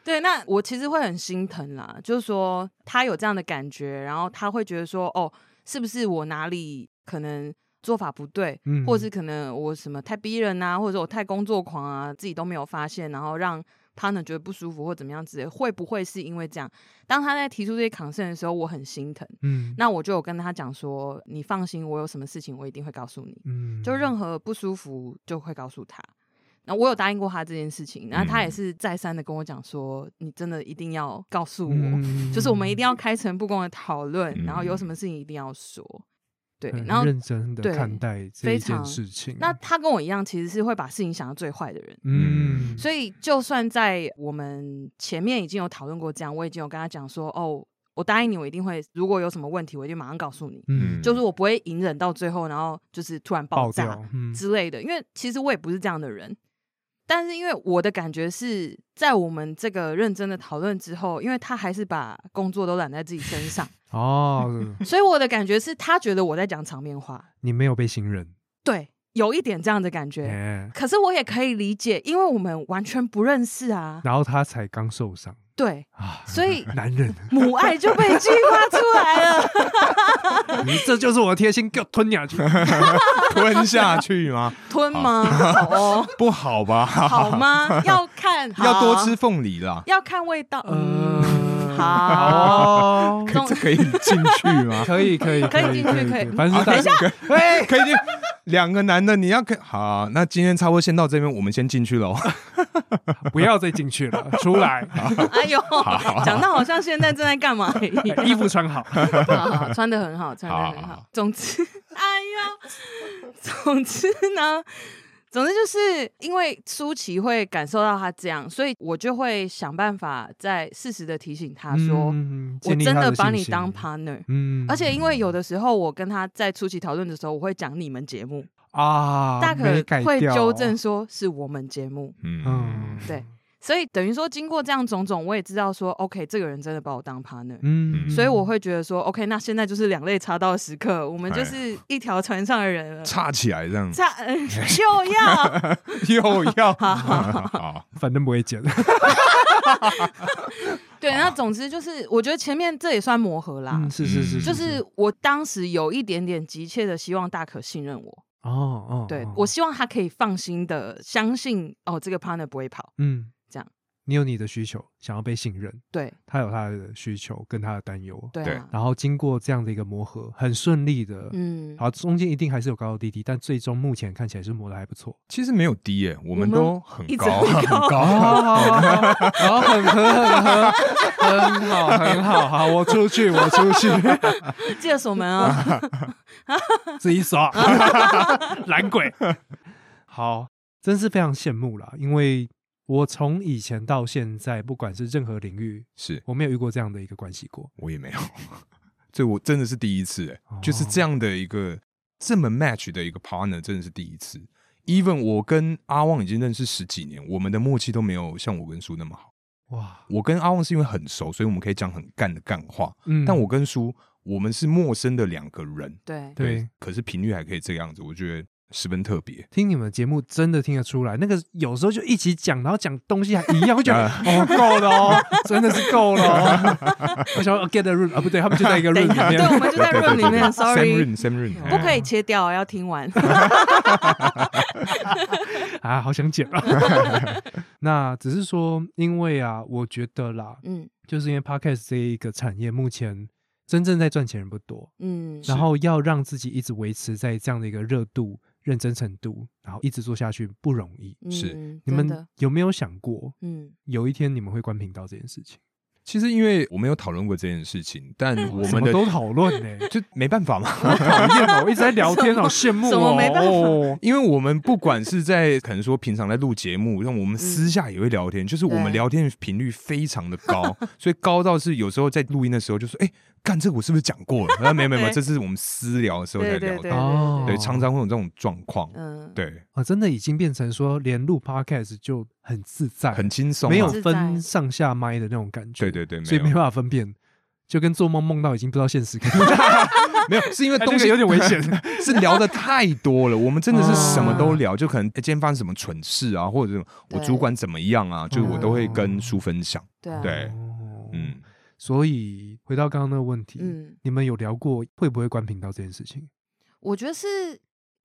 A: 对，那我其实会很心疼啦，就是说他有这样的感觉，然后他会觉得说，哦，是不是我哪里可能做法不对，
B: 嗯
A: 或者是可能我什么太逼人啊，或者我太工作狂啊，自己都没有发现，然后让。他呢觉得不舒服或怎么样之类，会不会是因为这样？当他在提出这些 concern 的时候，我很心疼。
B: 嗯
A: 那我就有跟他讲说，你放心，我有什么事情我一定会告诉你。
B: 嗯，
A: 就任何不舒服就会告诉他。那我有答应过他这件事情，然后他
B: 嗯
A: 也是再三的跟我讲说，你真的一定要告诉我，
B: 嗯
A: *laughs* 就是我们一定要开诚布公的讨论，
C: 嗯
A: 然后有什么事情一定要说。对，
B: 很
A: 然后
B: 嗯认真的
A: 对
B: 看待这
A: 非
B: 一件
A: 常
B: 事情，
A: 那他跟我一样，其实是会把事情想到最坏的人。
B: 嗯，
A: 所以，就算在我们前面已经有讨论过这样，我已经有跟他讲说，哦，我答应你，我一定会，如果有什么问题，我就马上告诉你。
B: 嗯
A: 就是我不会隐忍到最后，然后就是突然爆
B: 爆
A: 炸，
B: 掉，嗯
A: 之类的，因为其实我也不是这样的人，但是因为我的感觉是在我们这个认真的讨论之后，因为他还是把工作都揽在自己身上， *laughs*
B: 哦，
A: 所以我的感觉是他觉得我在讲场面话，
B: 你没有被信任，
A: 对，有一点这样的感觉。
B: 哎，
A: 可是我也可以理解，因为我们完全不认识啊，
B: 然后他才刚受伤
A: 对，
B: 啊，*laughs*
A: 所以
B: 男人，
A: 母爱就被激发出来了。 *laughs*
B: 你这就是我的贴心，给我吞下去。
C: 吞下去吗？
A: 吞吗？好哦，
C: 不好吧？
A: 好吗？要看，
C: 要多
A: 好
C: 吃，凤梨啦。
A: 要看味道。嗯，
B: 嗯 *laughs*
A: 好。 *laughs*
B: 哦，
A: 总
C: 这可以进去
A: *laughs*
C: 吗？
B: 可以可以
A: 可以进去可以
B: 反正是
C: 好
B: 大家
C: 哎，可以进。两个男的，你要可好？那今天差不多先到这边，我们先进去喽。
B: 不要再进去了，出来，
A: *laughs* 哎呦，讲到好像现在正在干嘛一样。
B: 衣服穿好。
A: 好好好穿的很好，穿的很
C: 好好
A: 好。总之，哎呀，总之呢，总之就是因为舒淇会感受到他这样，所以我就会想办法在适时的提醒他说，
B: 嗯
A: 我真的把你当，
B: 建立他信心
A: partner。
B: 嗯
A: 而且因为有的时候我跟他在初期讨论的时候，我会讲你们节目，
B: 啊，
A: 大
B: 没
A: 可
B: 改
A: 会
B: 掉
A: 纠正，说是我们节目，
B: 嗯
C: *laughs* 嗯，，
A: 对所以等于说经过这样种种，我也知道说，OK，这个人真的把我当 partner，
B: 嗯，
A: 所
B: *laughs*
A: 以我会觉得说，OK，那现在就是两肋插刀的时刻，我们就
C: 哎
A: 是一条船上的人了。
C: 插起来这样
A: 插、 *laughs* 呃、就要
C: 又
A: *laughs*
C: 要
A: 好啊好
C: *laughs* 好，
B: 反正不会剪，
A: 对，那总之就是，我觉得前面这也算磨合啦。
B: 嗯，是是是，
A: 就是我当时有一点点急切的希望大可信任我，
B: 哦哦，
A: 对
B: 哦
A: 我希望他可以放心的相信哦，这个 partner 不会跑。
B: 嗯，
A: 这样，
B: 你有你的需求，想要被信任，
A: 对
B: 他有他的需求跟他的担忧，
A: 对
C: 对
A: 啊，
B: 然后经过这样的一个磨合，很顺利的，
A: 嗯，
B: 好，中间一定还是有高高低低，但最终目前看起来是磨得还不
A: *laughs*
B: 错，
C: 其实没有低耶，我们
A: 们
C: 都很
A: 一直
C: 高，
A: 很高
C: 很
B: *laughs*
C: 高。
B: 然后哦很合很合，很好很好，好，我出去我出去，
A: 记得锁门啊，
B: 自己耍， *laughs* 懒鬼。好，真是非常羡慕啦，因为我从以前到现在，不管是任何领域，
C: *laughs* 是
B: 我没有遇过这样的一个关系过。
C: 我也没有， *laughs* 这我真的是第一次耶，
B: 哦
C: 就是这样的一个这么 match 的一个 partner，真的是第一次。even 我跟阿旺已经认识十几年，我们的默契都没有像我跟叔那么好。
B: 哇，
C: 我跟阿旺是因为很熟，所以我们可以讲很干的干话。
B: 嗯
C: 但我跟叔，我们是陌生的两个人，
A: 对，
B: 对，
C: 可是频率还可以这个样子，我觉得十分特别。
B: 听你们节目真的听得出来，那个有时候就一起讲，然后讲东西还一样，我觉 *laughs* 得哦够了哦， *laughs* 真的是够了哦。 *laughs* 我想说 get the room 啊，不对，他们就在一个 room 里
A: 对，我
B: 面。
A: 们就在 room 里面，sorry，
C: Sam Run，Sam Run，
A: 不可以切掉，哦要听完。
B: *laughs* 啊，好想剪啊。 *laughs* 那只是说，因为啊，我觉得啦，
A: 嗯
B: 就是因为 podcast 这一个产业目前真正在赚钱人不多，
A: 嗯，
B: 然后要让自己一直维持在这样的一个热度、认真程度，然后一直做下去不容易。
C: 是
A: 嗯
B: 你
A: 真的
B: 们有没有想过，
A: 嗯，
B: 有一天你们会关频道这件事情？
C: 其实因为我没有讨论过这件事情，但我
B: 嗯什
C: 们
B: 么
C: 的
B: 都讨论呢，
C: 就没办法嘛。
B: 讨厌哦，我一直在聊天，好羡慕
A: 怎么
B: 哦。
A: 没办法
B: 哦
C: 因为我们不管是在可能说平常在录节目，让我们私下也会聊天，就是我们
A: 嗯对
C: 聊天的频率非常的
A: *laughs*
C: 高，所以高到是有时候在录音的时候就说：“哎、干这个我是不是讲过了？”然啊后没有
A: *laughs*
C: 没有没有，
A: 对
C: 这是我们私聊的时候才
A: 对
C: 聊
A: 对对
C: 到
B: 哦
C: 对，常常会有这种状况，
A: 嗯，
C: 对，
B: 啊，真的已经变成说，连录 podcast 就很自在，
C: 很轻松啊，
B: 没有
A: 自
B: 分
A: 在
B: 上下麦的那种感觉。
C: 对对对，没
B: 所以没
C: 有
B: 办法分辨，就跟做梦梦到已经不知道现实感，
C: 没有，是因为
B: 东
C: 东
B: 西
C: 西
B: 哎有点危险。
C: *laughs* 是聊的太多了，我们真的是
A: *laughs*
C: 什么都
A: 哦
C: 聊，就可能、哎诶今天发生什么蠢事啊，或者是我
A: 对嗯
C: 主管怎么样啊，就是我都会跟叔分享。
A: 对啊
C: 对
B: 哦
C: 嗯，
B: 所以回到刚刚那个问题，
A: 嗯，
B: 你们有聊过会不会关频道这件事情？
A: 我觉得是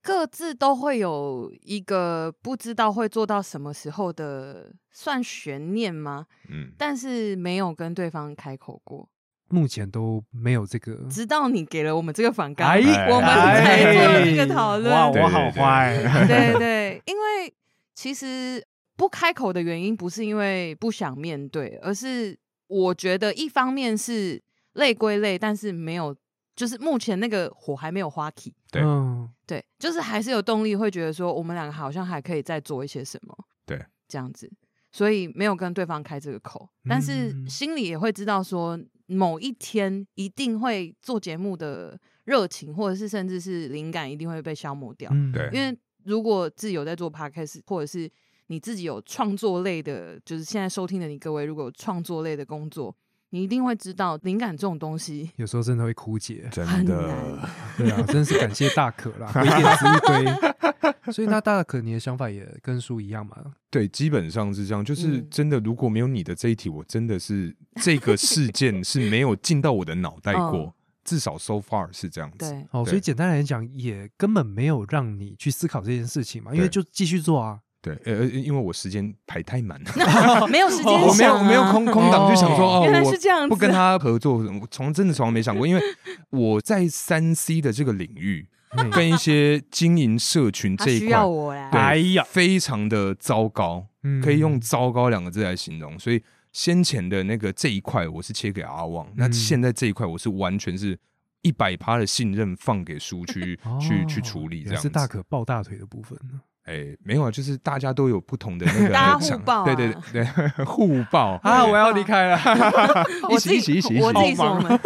A: 各自都会有一个不知道会做到什么时候的算悬念吗？
C: 嗯，
A: 但是没有跟对方开口过，
B: 目前都没有这个。
A: 直到你给了我们这个反纲，
B: 嗯哎
A: 我们才做了这个讨论。
B: 哇，
C: 对
B: 我好坏。
A: 对对，因为其实不开口的原因不是因为不想面对，而是我觉得一方面是累归累，但是没有，就是目前那个火还没有花起。 *laughs*
C: 对
B: 嗯，
A: 对，就是还是有动力，会觉得说我们两个好像还可以再做一些什么。
C: 对，
A: 这样子，所以没有跟对方开这个口，但是
B: 嗯
A: 心里也会知道说，某一天一定会做节目的热情，或者是甚至是灵感，一定会被消磨掉。
B: 嗯
C: 对
A: 因为如果自己有在做 podcast，或者是你自己有创作类的，就是现在收听的你各位，如果有创作类的工作，你一定会知道灵感这种东西
B: 有时候真的会枯竭。
C: 真
A: 很
C: 的
A: 难。
B: 对啊，真是感谢大可啦，鬼点子
C: *laughs*
B: 一堆。所以那大可，你的想法也跟叔一样嘛？
C: 对，基本上是这样。就是
A: 嗯
C: 真的，如果没有你的这一题，我真的是这个事
A: *laughs*
C: 件是没有进到我的脑袋
A: 哦
C: 过，至少 so far 是这样子。
A: 对，
B: 哦，
C: 对
B: 所以简单来讲，也根本没有让你去思考这件事情嘛，因为
C: 对
B: 就继续做啊。
C: 对，呃，呃因为我时间排太满了，
A: 没有时间想、啊，
C: *laughs* 我没有没有空空档就想说
B: 哦
C: 哦，
A: 原来
C: 我
A: 是这样子，啊
C: 不跟他合作，我从真的从来没想过，因为我在三 C 的这个领域，
B: 嗯
C: 跟一些经营社群
A: 他
C: 这一
A: 需
C: 块，
A: 要我啊啦。
C: 对，
B: 哎呀
C: 非常的糟糕，
B: 嗯
C: 可以用“糟糕”两个字来形容。所以先前的那个这一块，我是切给阿旺，那
B: 嗯
C: 现在这一块，我是完全是一百趴的信任放给
B: *laughs*
C: 书去、去
B: 哦
C: 去处理，
B: 原
C: 这
B: 来
C: 样
B: 是
C: 子。
B: 大可抱大腿的部分呢。
C: 哎，没有啊，就是大家都有不同的
B: *laughs*
C: 那个
A: 大家
C: 想
A: 互爆啊
C: 对对对，对 *laughs* 互哎爆
B: 啊，我要
A: 离
B: 离开了， *laughs*
A: 哦我
C: 一
A: 自
C: 起
A: 己
C: 一起一起一
A: 我
C: 起
A: 自己
B: 好
A: 锁
B: 忙
A: 门，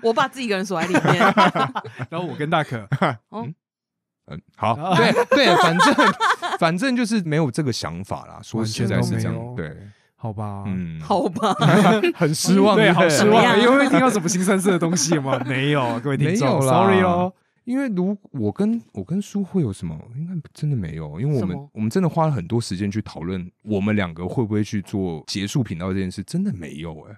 A: *laughs* 我把自己一个人锁在里面。
B: 然后我跟大可，
C: *laughs* 嗯，好
B: *laughs* 啊，
C: 对对，反正 *laughs* 反正就是没有这个想法啦，说
B: 完
C: 实
B: 全
C: 在
B: 都
C: 是这
B: 没有
C: 样，对，
B: 好吧，*laughs*
C: 嗯，
A: 好吧， *laughs*
C: 很失望，
B: 对，
C: 不
B: 好失
A: 怎么
B: 望，
A: 样
B: 因为会听到什么新三色的东西吗？没有，各位听
C: 没
B: 众
C: 有啦
B: ，sorry 哦。
C: 因为如我跟我跟叔会有什么，应该真的没有，因为我
A: 什
C: 们
A: 么
C: 我们真的花了很多时间去讨论，我们两个会不会去做结束频道这件事，真的没有哎、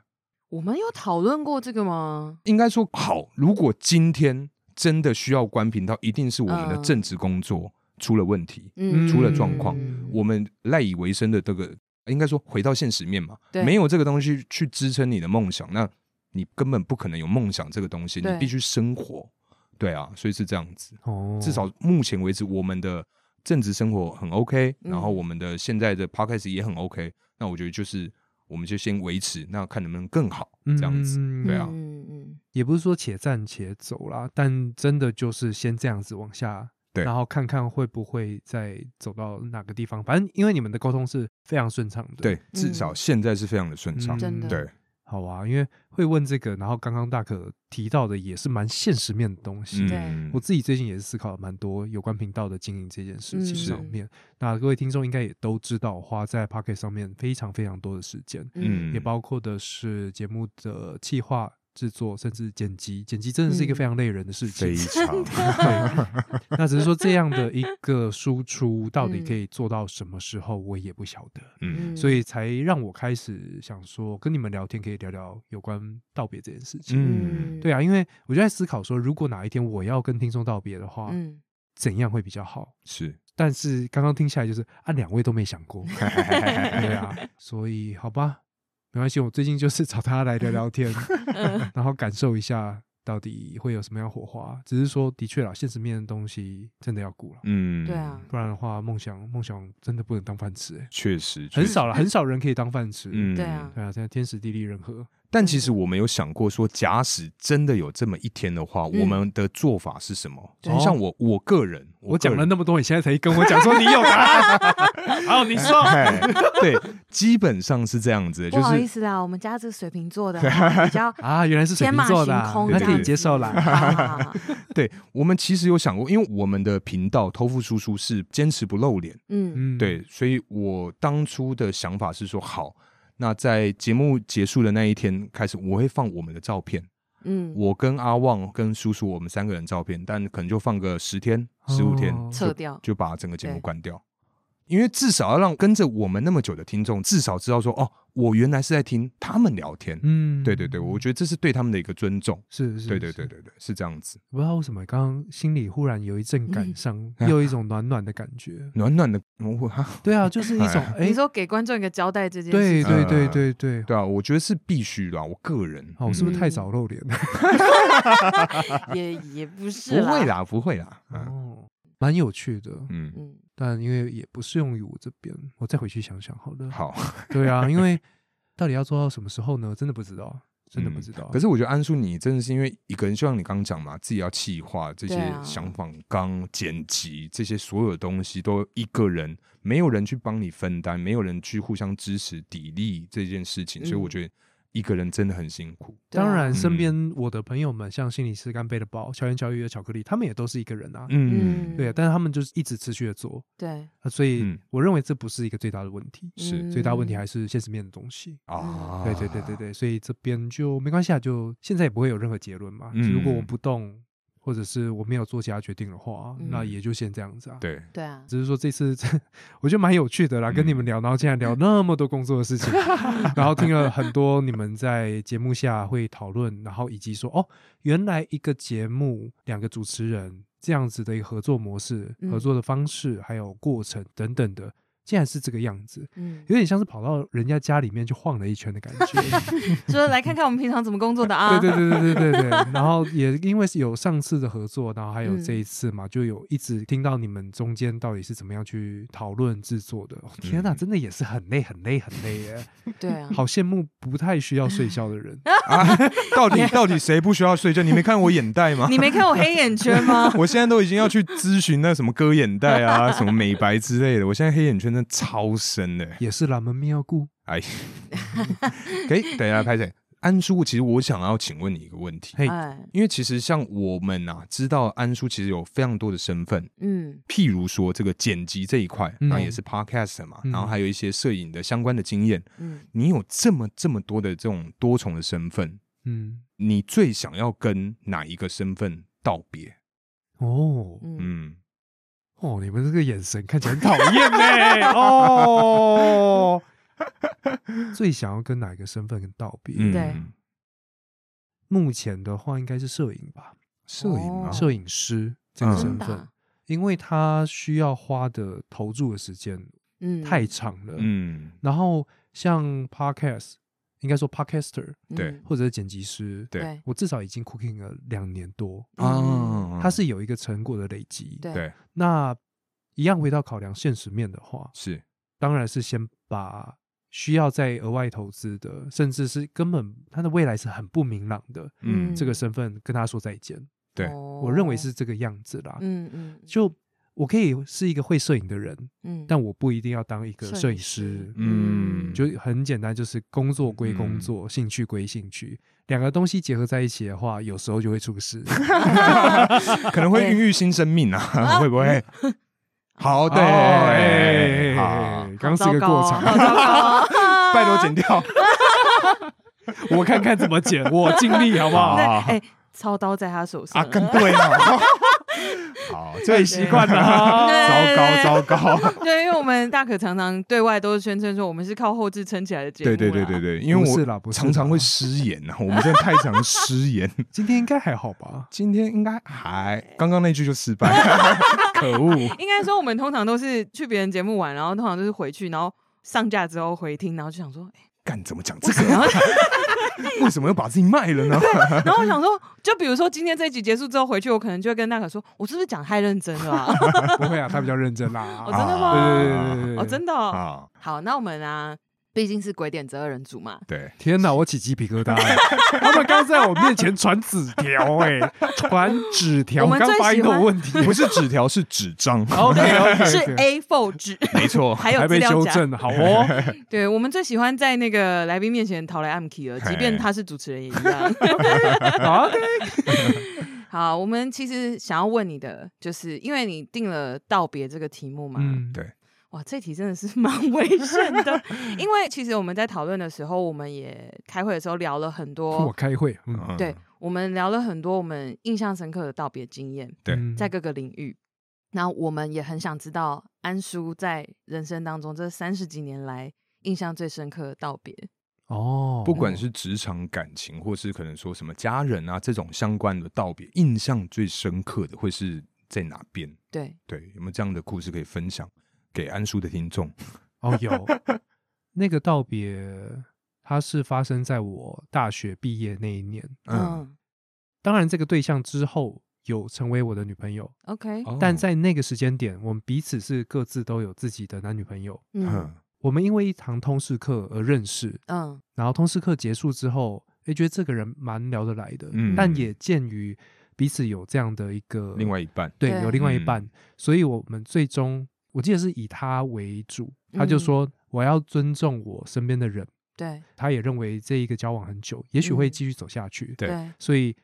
A: 我们有讨论过这个吗？
C: 应该说，好，如果今天真的需要关频道，一定是我们的
A: 嗯
C: 正职工作出了问题，
A: 嗯
C: 出了状况
A: 嗯
C: 我们赖以为生的这个应该说回到现实面嘛，
A: 对
C: 没有这个东西去支撑你的梦想，那你根本不可能有梦想这个东西，你
A: 对
C: 必须生活，对啊，所以是这样子。
B: 哦，
C: 至少目前为止，我们的正职生活很 OK，、
A: 嗯
C: 然后我们的现在的 podcast 也很 OK，那我觉得就是我们就先维持，那看能不能更好这样子。
B: 嗯
C: 对啊
A: 嗯嗯
B: 也不是说且战且走啦，但真的就是先这样子往下，
C: 对
B: 然后看看会不会再走到哪个地方。反正因为你们的沟通是非常顺畅的，
C: 对，，至少现在是非常的顺畅
B: 嗯。
A: 真的
C: 对，
B: 好啊，因为会问这个，然后刚刚大可提到的也是蛮现实面的东西。
C: 嗯，
B: 我自己最近也是思考了蛮多有关频道的经营这件事情
A: 嗯
B: 上面。那各位听众应该也都知道，花在 p o c k e t 上面非常非常多的时间。
A: 嗯
B: 也包括的是节目的企划、制作，甚至剪辑。剪辑真的是一个非常累人的事情。
C: 非常
B: 对， *laughs* 那只是说这样的一个输出到底
A: 嗯
B: 可以做到什么时候，我也不晓得，
C: 嗯
A: 嗯，
B: 所以才让我开始想说，跟你们聊天可以聊聊有关道别这件事情。
C: 嗯
B: 对啊，因为我就在思考说，如果哪一天我要跟听众道别的话，
A: 嗯，
B: 怎样会比较好？
C: 是，
B: 但是刚刚听下来就是啊，两位都没想
C: *laughs*
B: 过，对啊，所以好吧，没关系，我最近就是找他来聊聊
C: *laughs*
B: 天，
A: 嗯
B: 然后感受一下到底会有什么样火花。只是说，的确啦，现实面的东西真的要顾了，
C: 嗯，
A: 对啊，
B: 不然的话，梦想梦想真的不能当饭吃、欸，
C: 确实
B: 很
C: 确实 *laughs*
B: 少了，很少人可以当饭吃。
C: 嗯，
A: 对啊
B: 对啊，现在天时地利人和，
C: 但其实我们有想过说，假使真的有这么一天的话，
A: 嗯
C: 我们的做法是什么？
B: 对
C: 就像我我个人，
B: 我
C: 个
B: 讲
C: 人
B: 了那么多，你现在才跟我
C: *laughs*
B: 讲说你有答案，好，你说，
C: 哎，对，基本上是这样子的，
A: 不
C: 就
A: 好意
C: 是
A: 思啦，我们家这个水瓶座
C: *laughs*
A: 的比较
B: 啊，原来是水
A: 天
B: 瓶
A: 马
B: 座
A: 行
B: 的啊、
A: 空，
B: 那
A: 这
B: 可以
A: 样
B: 接
A: 子
B: 受啦。
C: *laughs*
A: 好好好好
C: 对我们其实有想过，因为我们的频道偷富叔叔是坚持不露脸，
A: 嗯
B: 嗯，
C: 对，所以我当初的想法是说，好，那在节目结束的那一天开始，我会放我们的照片，
A: 嗯，
C: 我跟阿旺跟叔叔我们三个人照片，但可能就放个十天、十五天，
B: 哦
A: 撤掉，
C: 就把整个节目
A: 对
C: 关掉。因为至少要让跟着我们那么久的听众，至少知道说，哦，我原来是在听他们聊天。
B: 嗯，
C: 对对对，我觉得这是对他们的一个尊重。
B: 是是，
C: 对对对
B: 是
C: 对对，是这样子，
B: 不知道为什么，刚刚心里忽然有一阵感伤，
C: *laughs* 嗯
B: 又有一种暖暖的感觉。
C: 暖暖的，我会哈，
B: 对
C: *laughs*
B: 啊，就是一种哎
A: 你，说给观众一个交代这件
B: 对
A: 事情，
B: 对
C: 嗯
B: 对
C: 嗯
B: 对对，哦
C: 对啊，我觉得是必须啦，我个人。
B: 好，我是不是
C: 嗯
B: 太早露脸了？
A: 也也不是
C: 嗯不会，啦，不会啦，嗯
B: 哦，蛮有趣的，
C: 嗯，
A: 嗯
B: 但因为也不适用于我这边，我再回去想想好了。
C: 好。
B: 对
C: *laughs*
B: 啊，因为到底要做到什么时候呢？真的不知道，真的不
C: 嗯
B: 知道。
C: 可是我觉得安叔，你真的是因为一个人，就像你刚刚讲嘛，自己要气化这些
A: 对啊
C: 想法、刚剪辑这些所有东西，都一个人，没有人去帮你分担，没有人去互相支持、砥砺这件事情，所以
A: 嗯
C: 我觉得一个人真的很辛苦。
A: 对啊
B: 当然，身
C: 嗯
B: 边我的朋友们，像心理师干杯的包、乔言乔语的巧克力，他们也都是一个人啊。
C: 嗯，
B: 对啊，但是他们就是一直持续的做，
A: 对，
B: 啊所以
C: 嗯
B: 我认为这不是一个最大的问题。
C: 是
A: 嗯
B: 最大问题还是现实面的东西。
C: 啊，
B: 嗯对对对对，对，所以这边就没关系啊，就现在也不会有任何结论嘛。
C: 嗯
B: 如果我不动，或者是我没有做其他决定的话，
A: 嗯
B: 那也就先这样子啊。，
C: 对，
A: 对啊，
B: 只是说这次我觉得蛮有趣的啦，
C: 嗯
B: 跟你们聊，然后竟然聊那么多工作的事情，然后听了很多你们在节目下会讨论，然后以及说哦，原来一个节目两个主持人这样子的一个合作模式、
A: 嗯
B: 合作的方式，还有过程等等的，竟然是这个样子。
A: 嗯，
B: *laughs* 有点像是跑到人家家里面去晃了一圈的感觉。
A: 就是来看看我们平常怎么工作的啊，
B: 对对对对对对对。然后也因为是有上次的合作，然后还有
A: 嗯
B: 这一次嘛，就有一直听到你们中间到底是怎么样去讨论制作的。哦天哪，
C: 嗯
B: 真的也是很累很累很累耶！
A: 对啊，
B: 好羡慕不太需要睡觉的
A: *laughs*
B: 人。
C: 啊， *laughs* 到底到底谁不需要睡觉？你没看我眼袋吗？？
A: 你没看我黑眼圈吗
B: *laughs*
C: *laughs* 我现在都已经要去咨询那什么割眼袋啊、什么美白之类的。我现在黑眼圈真的超深的、
B: 也是啦，门面要顾。
C: 哎， *laughs* 可以等一下拍谁？安叔，其实我想要请问你一个问题，
B: 嘿，
A: 哎，
C: 因为其实像我们啊，知道安叔其实有非常多的身份，
A: 嗯
C: 譬如说这个剪辑这一块，
B: 嗯
C: 然后也是 podcast 嘛，
B: 嗯
C: 然后还有一些摄影的相关的经验。
A: 嗯，
C: 你有这么这么多的这种多重的身份，
B: 嗯，
C: 你最想要跟哪一个身份道别？
B: 哦
A: 嗯，
C: 嗯，
B: 哦，你们这个眼神看起来很 *laughs* 讨厌欸呢。 *laughs* 哦， *laughs* 最想要跟哪一个身份道别？
C: 嗯
A: 对，
B: 目前的话应该是摄影吧，
C: 摄影吗？
A: 哦
B: 摄影师这个
C: 嗯
B: 身
A: 真的
B: 份，
A: 啊，
B: 因为他需要花的投注的时间，
A: 嗯，
B: 太长了。
C: 嗯，
B: 然后像 podcast，应该说 podcaster
C: 对
A: 嗯
B: 或者是剪辑师，
C: 对
A: 对
B: 我至少已经 cooking 了两年多，
C: 啊，
B: 它是有一个成果的累积。
A: 对
C: 对
B: 那一样回到考量现实面的话，
C: 是
B: 当然是先把需要再额外投资的，甚至是根本他的未来是很不明朗的，
C: 嗯
B: 这个身份跟他说再见。
C: 对
B: 我认为，是这个样子啦。
A: 哦嗯嗯
B: 就我可以是一个会摄影的人，
A: 嗯，
B: 但我不一定要当一个
A: 摄
B: 摄
A: 影
B: 影师。
C: 嗯
B: 就很简单，就是工作归工作，兴趣归兴趣，两个东西结合在一起的话，有时候就会出事。
C: 可能会孕育新生命啊，会不会？好，对，
B: 哦
C: 哎
B: 哎
C: 好，
B: 刚是一个过场，
A: 好糟
B: *laughs*
A: 糕哦
C: 拜托剪掉，
B: 我看看怎么剪，我尽力好不好？
A: 那
C: 啊
A: 哎，操刀在他手上
C: 啊，更对了，好，
B: 对，
C: 最
B: 习惯了啊。
A: 对
C: 糟糕糟糕，
A: 对，因为我们大可常常对外都是宣称说我们是靠后置撑起来的节目
C: 对
A: 啦，
C: 对对对对，因为
B: 不是啦
C: 我
B: 不是啦
C: 常常会失言呐，我们真的太常失言，
B: 今天应该还好吧？
C: 今天应该还刚刚那句就失败，可恶，
A: 应该说我们通常都是去别人节目玩，然后通常都是回去，然后上架之后回听，然后就想说，哎
C: 干怎么讲
B: *laughs*
C: 这个啊？为什么又把自己卖了呢？
A: 然后我想说，就比如说今天这一集结束之后回去，我可能就会跟大可说，我是不是讲太认真了啊、 *laughs*
B: 不会啊，他比较认真啦。
A: 哦，真的
C: 啊
A: 吗？
B: *laughs* 对对对对
A: 哦，真的、哦。
C: 啊，
A: 好，那我们啊，毕竟是鬼点子二人
B: *laughs*
A: 组嘛，
C: 对，
B: 天哪，我起鸡皮疙瘩了！他们刚在我面前传纸条，哎，传纸条，
A: 我
B: 我
A: 们
B: 刚
A: 最
B: 发音
A: 喜
B: 都
A: 欢
B: 有问题。
C: *laughs* 不是纸条是纸张，
B: OK，
A: 是 A4 纸，
C: *laughs* 没错，
A: *laughs* 还有
B: 啊还
A: 资
B: 被
A: 料
B: 修
A: 夹。
B: 正，好哦。
A: 对我们最喜欢在那个来宾面前讨来暗 key 了，即便
C: 嘿
A: 他是主持人也一
B: *laughs*
A: 样。
B: 好，OK，
A: 好，我们其实想要问你的，就是因为你定了道别这个题目嘛，
B: 嗯，
C: 对，
A: 哇，这题真的是 *laughs* 蛮危险的，因为其实我们在讨论的时候，我们也开会的时候聊了很
B: 我
A: 多，
B: 开会，嗯，
C: 嗯
A: 对我们聊了很多我们印象深刻的道别经验，
C: 对
B: 嗯
A: 在各个领域。那我们也很想知道安叔在人生当中这三十几年来印象最深刻的道别。
B: 哦，
C: 不管是职场、感情，或是可能说什么家人啊这种相关的道别，印象最深刻的会是在哪边？
A: 对，
C: 对，有没有这样的故事可以分享给安叔的听众？
B: 哦有那个道别，它是发生在我大学毕业那一年。
C: 嗯，
A: 嗯
B: 当然，这个对象之后有成为我的女朋友，
A: ，OK，
C: 哦
B: 但在那个时间点，我们彼此是各自都有自己的男女朋友。
A: 嗯
C: 嗯
B: 我们因为一堂通识课而认识，
A: 嗯
B: 然后通识课结束之后，诶，觉得这个人蛮聊得来的，
C: 嗯
B: 但也鉴于彼此有这样的一个
C: 另外一半，
B: 对
A: 对
B: 有另外一
C: 嗯
B: 半，所以我们最终我记得是以他为主，他就
A: 嗯
B: 说我要尊重我身边的人，
A: 对
B: 他也认为这一个交往很久，也许会
A: 嗯
B: 继续走下去，
C: 对
A: 对，嗯
B: 所以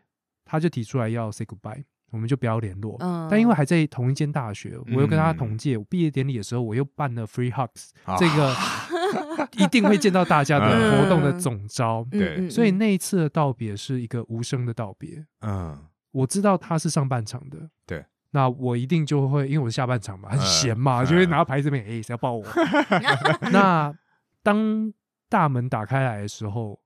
B: 他就提出来要 say goodbye，我们就不要联络。
A: 嗯
B: 但因为还在同一间大学，我又跟他同
C: 嗯
B: 届，我毕业典礼的时候我又办了 free hugs、
C: 啊
B: 这个
A: *laughs*
B: 一定会见到大家的活动的
A: 嗯
B: 总招，
A: 嗯
C: 对
A: 嗯
B: 所以
A: 嗯
B: 那一次的道别是一个无声的道别。
C: 嗯，
B: 我知道他是上半场的，
C: 对。
B: 那我一定就会，因为我是下半场嘛，很
C: 嗯
B: 闲嘛，就会拿牌子面，哎、谁要抱我？那当大门打开来的时候，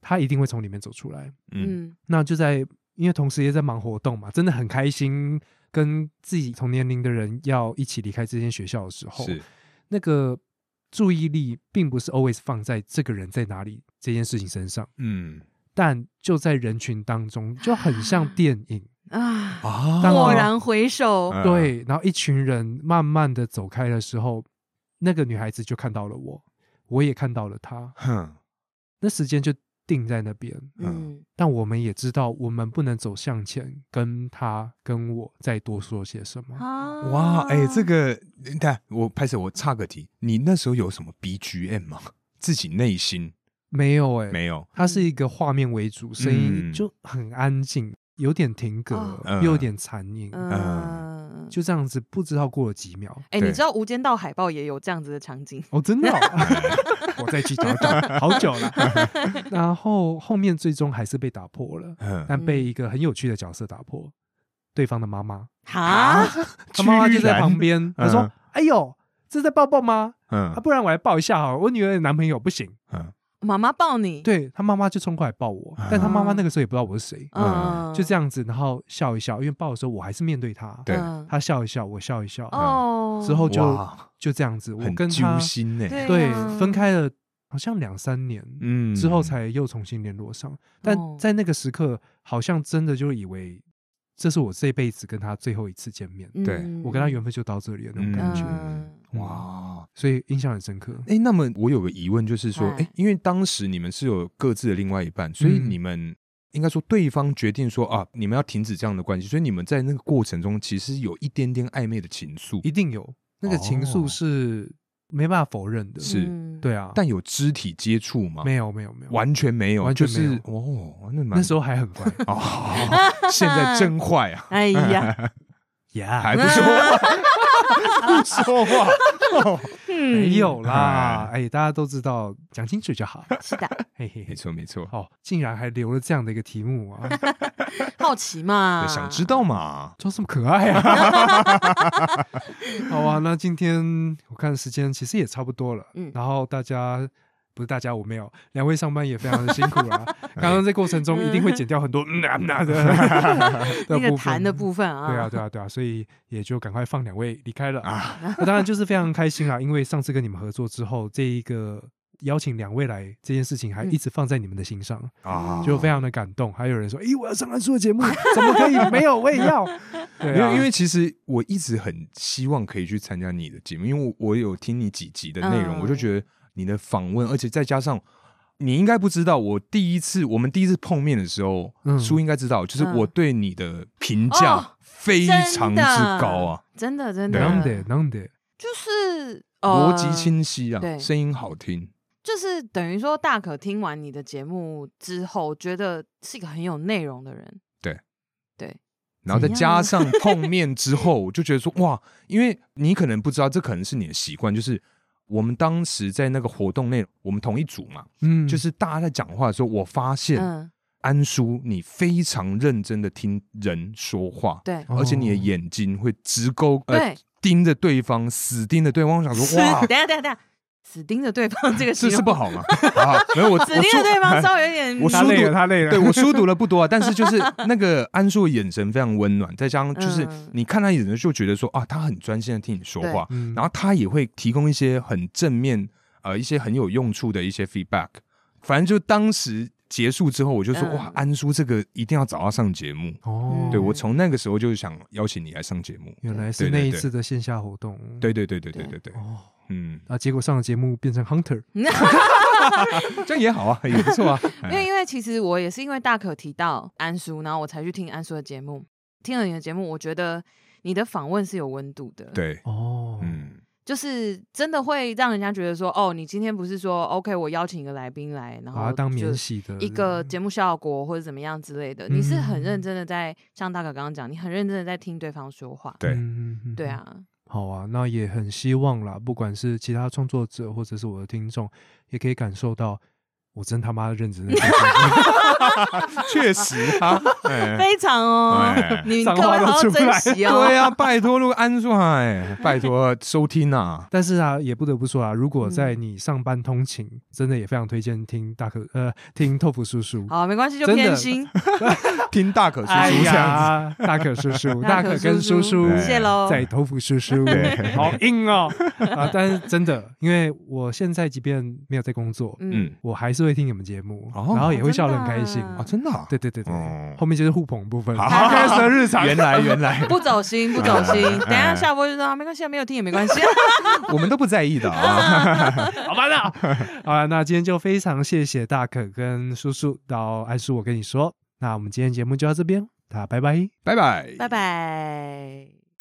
B: 他一定会从里面走出来。
C: 嗯
A: 嗯
B: 那就在因为同时也在忙活动嘛，真的很开心，跟自己同年龄的人要一起离开这间学校的时候，
C: 是
B: 那个注意力并不是 always 放在这个人在哪里这件事情身上，
C: 嗯
B: 但就在人群当中，就很像电影，
A: 啊，
C: 啊
B: 当
A: 蓦然回首，
C: 嗯
B: 对，然后一群人慢慢的走开的时候，那个女孩子就看到了我，我也看到了她，
C: 哼
B: 那时间就定在那边，
A: 嗯
B: 但我们也知道，我们不能走向前，跟他跟我再多说些什么。
A: 啊
C: 哇，哎，这个，等下我拍摄，我岔个题，你那时候有什么 BGM 吗？自己内心
B: 没有哎、
C: 没有，
A: 嗯
B: 它是一个画面为主，声音
C: 嗯
B: 就很安静，有点停格
A: 哦，
B: 又有点残影，
A: 嗯，
B: 就这样子，不知道过了几秒。
A: 哎，你
C: 对
A: 知道《无间道》海报也有这样子的场景，
B: 哦，真的、
C: *laughs*
B: 哦，我再去找找，好久了。 *laughs* 然后后面最终还是被打破了，
C: 嗯，
B: 但被一个很有趣的角色打破，对方的妈妈，
A: 哈，
B: 他妈妈就在旁
C: 居然， *laughs*
B: 边，她说
C: 嗯：“
B: 哎呦，这是在抱抱吗？啊，
C: 嗯
B: 不然我来抱一下好了，我女儿的男朋友不行。”
C: 嗯
A: 妈妈抱你，，
B: 对他妈妈就冲过来抱我，但他妈
C: 啊
B: 妈那个时候也不知道我是谁，
A: 嗯，
B: 就这样子，然后笑一笑，因为抱的时候我还是面对他，
C: 对
A: 嗯
B: 他笑一笑，我笑一笑，
A: 哦，
B: 之后就
C: 哇
B: 就这样子，我
C: 很
B: 跟
C: 揪
B: 他
C: 心呢、
A: 对
B: 对
A: 啊
B: 分开了，好像两三年，
C: 嗯
B: 之后才又重新联络上。但
A: 哦
B: 在那个时刻，好像真的就以为这是我这辈子跟他最后一次见面，
C: 对
A: 嗯
B: 我跟他缘分就到这里了那种感觉，
A: 嗯
B: 嗯
C: 哇。
B: 所以印象很深刻。
C: 哎、那么我有个疑问，就是说，哎、
A: 哎
C: 因为当时你们是有各自的另外一半，所以
B: 嗯
C: 你们应该说对方决定说啊，你们要停止这样的关系，所以你们在那个过程中其实有一点点暧昧的情愫，
B: 一定有那个情
C: 哦
B: 愫是没办法否认的，
C: 是
A: 嗯，
B: 对啊，
C: 但有肢体接触吗？
B: 没有没有没有，
C: 完全没有，
B: 完全没有
C: 就是哦，那蛮
B: 那时候还很 *laughs* 乖
C: 哦，现在真坏啊，
A: 哎呀，
B: *laughs* 呀，
C: 还不说话，不说话，哦
B: 没
A: 没，
B: 有啦，哎，大家都知道，讲清楚就 *laughs* 好，
A: 是的，
B: 嘿嘿
C: 没
B: 嘿。
C: 错没错，
B: 哦，竟然还留了这样的一个题目啊，
A: 好奇嘛，
C: 对想知道嘛？
B: 装什么可爱啊？ *laughs* 好啊，那今天我看时间其实也差不多了，
A: 嗯
B: 然后大家。不是大家，我没有，两位上班也非常的辛苦
A: *laughs*
B: 啦。刚刚在过程中一定会剪掉很多嗯啊嗯啊的
A: *laughs* 那个
B: 部
A: 谈
B: 分
A: 的部分啊，
B: 对啊，对啊，对啊，所以也就赶快放两位离开了
C: 啊
B: 啊。 *laughs* 那当然就是非常开心啦，啊因为上次跟你们合作之后，这一个邀请两位来这件事情还
A: 嗯
B: 一直放在你们的心上，
C: 啊，
B: 就非常的感动。还有人说：“咦，我要上安叔的
C: *laughs*
B: 节目，怎么可以没有？我也要。”对
C: 没有，
B: 啊，
C: 因为其实我一直很希望可以去参加你的节目，因为我我有听你几集的内容，
A: 嗯
C: 我就觉得你的访问，而且再加上你应该不知道，我第一次我们第一次碰面的时候，
B: 嗯
C: 叔应该知道，就是
A: 嗯
C: 我对你的评价
A: 哦
C: 非常
A: 真
C: 之
A: 的
C: 高啊，，
A: 真的真
C: 对
B: 能
C: 啊
B: 得
A: 的，
B: 能得，
A: 就是
C: 逻辑
A: 呃
C: 清晰啊，
A: 对
C: 声音好听，
A: 就是等于说，大可听完你的节目之后，觉得是一个很有内容的人。
C: 然后再
A: 怎样啊 *laughs*
C: 加上碰面之后，我就觉得说哇，因为你可能不知道，这可能是你的习惯，就是我们当时在那个活动内，我们同一组嘛，
B: 嗯，
C: 就是大家在讲话的时候，我发现。
A: 嗯，
C: 安叔，你非常认真的听人说话，
A: 对，
B: 哦
C: 而且你的眼睛会直勾，呃
A: 对，
C: 盯着对方，死盯着对方。我想
A: 死
C: 说，哇
B: 啊
A: 等，一下等一下等一下，死盯着对方这 *laughs* 个
C: 这
A: 形
C: 是
A: 容
C: 不，好吗？啊，
A: *laughs*
C: 没有我，我
A: 死盯着
C: 说，
A: 对方
C: *laughs*
A: 稍微有点，
C: 我
B: 他
C: 书
B: 累
C: 读
B: 了，他累了。
C: 对我书读了不多啊，但
A: *laughs*
C: 是就是那个安叔的眼神非常温暖，再加上就是
A: 嗯
C: 你看他眼神就觉得说啊，他很专心的听你说话，
B: 嗯，
C: 然后他也会提供一些很正面，呃，一些很有用处的一些 feedback。反正就当时结束之后，我就说、
A: 嗯
C: 哇，安叔这个一定要找他上节目。
B: 哦，
C: 对我从那个时候就想邀请你来上节目。
B: 原来
C: 对
B: 是
C: 对
B: 那一
C: 对
B: 次的线下活动。
C: 对对对对对对对，
B: 哦，
C: 嗯，
B: 啊，结果上了节目变成 hunter，
A: 嗯 *laughs*
C: 这样也好啊，也不错啊。
A: 因
B: 哎
A: 为因为其实我也是因为大可提到安叔，然后我才去听安叔的节目。听了你的节目，我觉得你的访问是有温度的，，
C: 对，
B: 哦，
C: 嗯，
A: 就是真的会让人家觉得说，哦，你今天不是说 OK，我邀请一个来宾来，
C: 嗯
A: 然后
B: 把它当
A: 就
B: 免洗的嗯
A: 一个节目效果或者怎么样之类的，你是很认真的在，像大可刚刚讲，你很认真的在听对方说话。
C: 对
B: 嗯嗯
A: 对。
B: 嗯
A: 啊，
B: 好啊，那也很希望啦，不管是其他创作者或者是我的听众，也可以感受到我真他妈认真的。
C: 确实啊，哎
A: 非常哦
C: 哎，
A: *laughs* 你各
B: 脏话
A: 位好好
B: 都出
A: 珍
B: 来
A: 惜哦。
C: 对啊，拜托，如果安叔哎，拜托收听啊，
B: 但是啊，也不得不说啊，如果在
A: 嗯
B: 你上班通勤，真的也非常推荐听大可呃听豆腐叔叔。
A: 好，没关系，就
B: 真的
A: 偏心。
C: 听大可叔
B: 哎
C: 叔这样子。
B: 呀，大可叔
A: *laughs*
B: 叔，大可
A: 可
B: 跟叔叔
A: 叔，
C: 对
A: 谢喽。
B: 在豆腐叔叔
C: 对，
B: 好硬哦 *laughs* 啊！但是真的，因为我现在即便没有在工作，
A: 嗯，
C: 嗯，
B: 我还是会听你们节目，
C: 哦
B: 然后也会笑得很
A: 真的啊
B: 开心。
C: 啊，真的啊，
B: 对对对
C: 哦
B: 对，后面就是互捧部分。
C: 好
B: Podcast 的日常，
C: 原来原来，
A: 不走心，不
B: *laughs*
A: 走心。
C: 哎
A: 等一下下播就知道，没关系，没有听也没关系。
C: 我们都不在意的 *laughs* 啊。
B: 好吧那好了，那今天就非常谢谢大可跟叔叔到安叔，我跟你说，那我们今天节目就到这边，大家拜拜。
C: 拜拜，
A: 拜拜。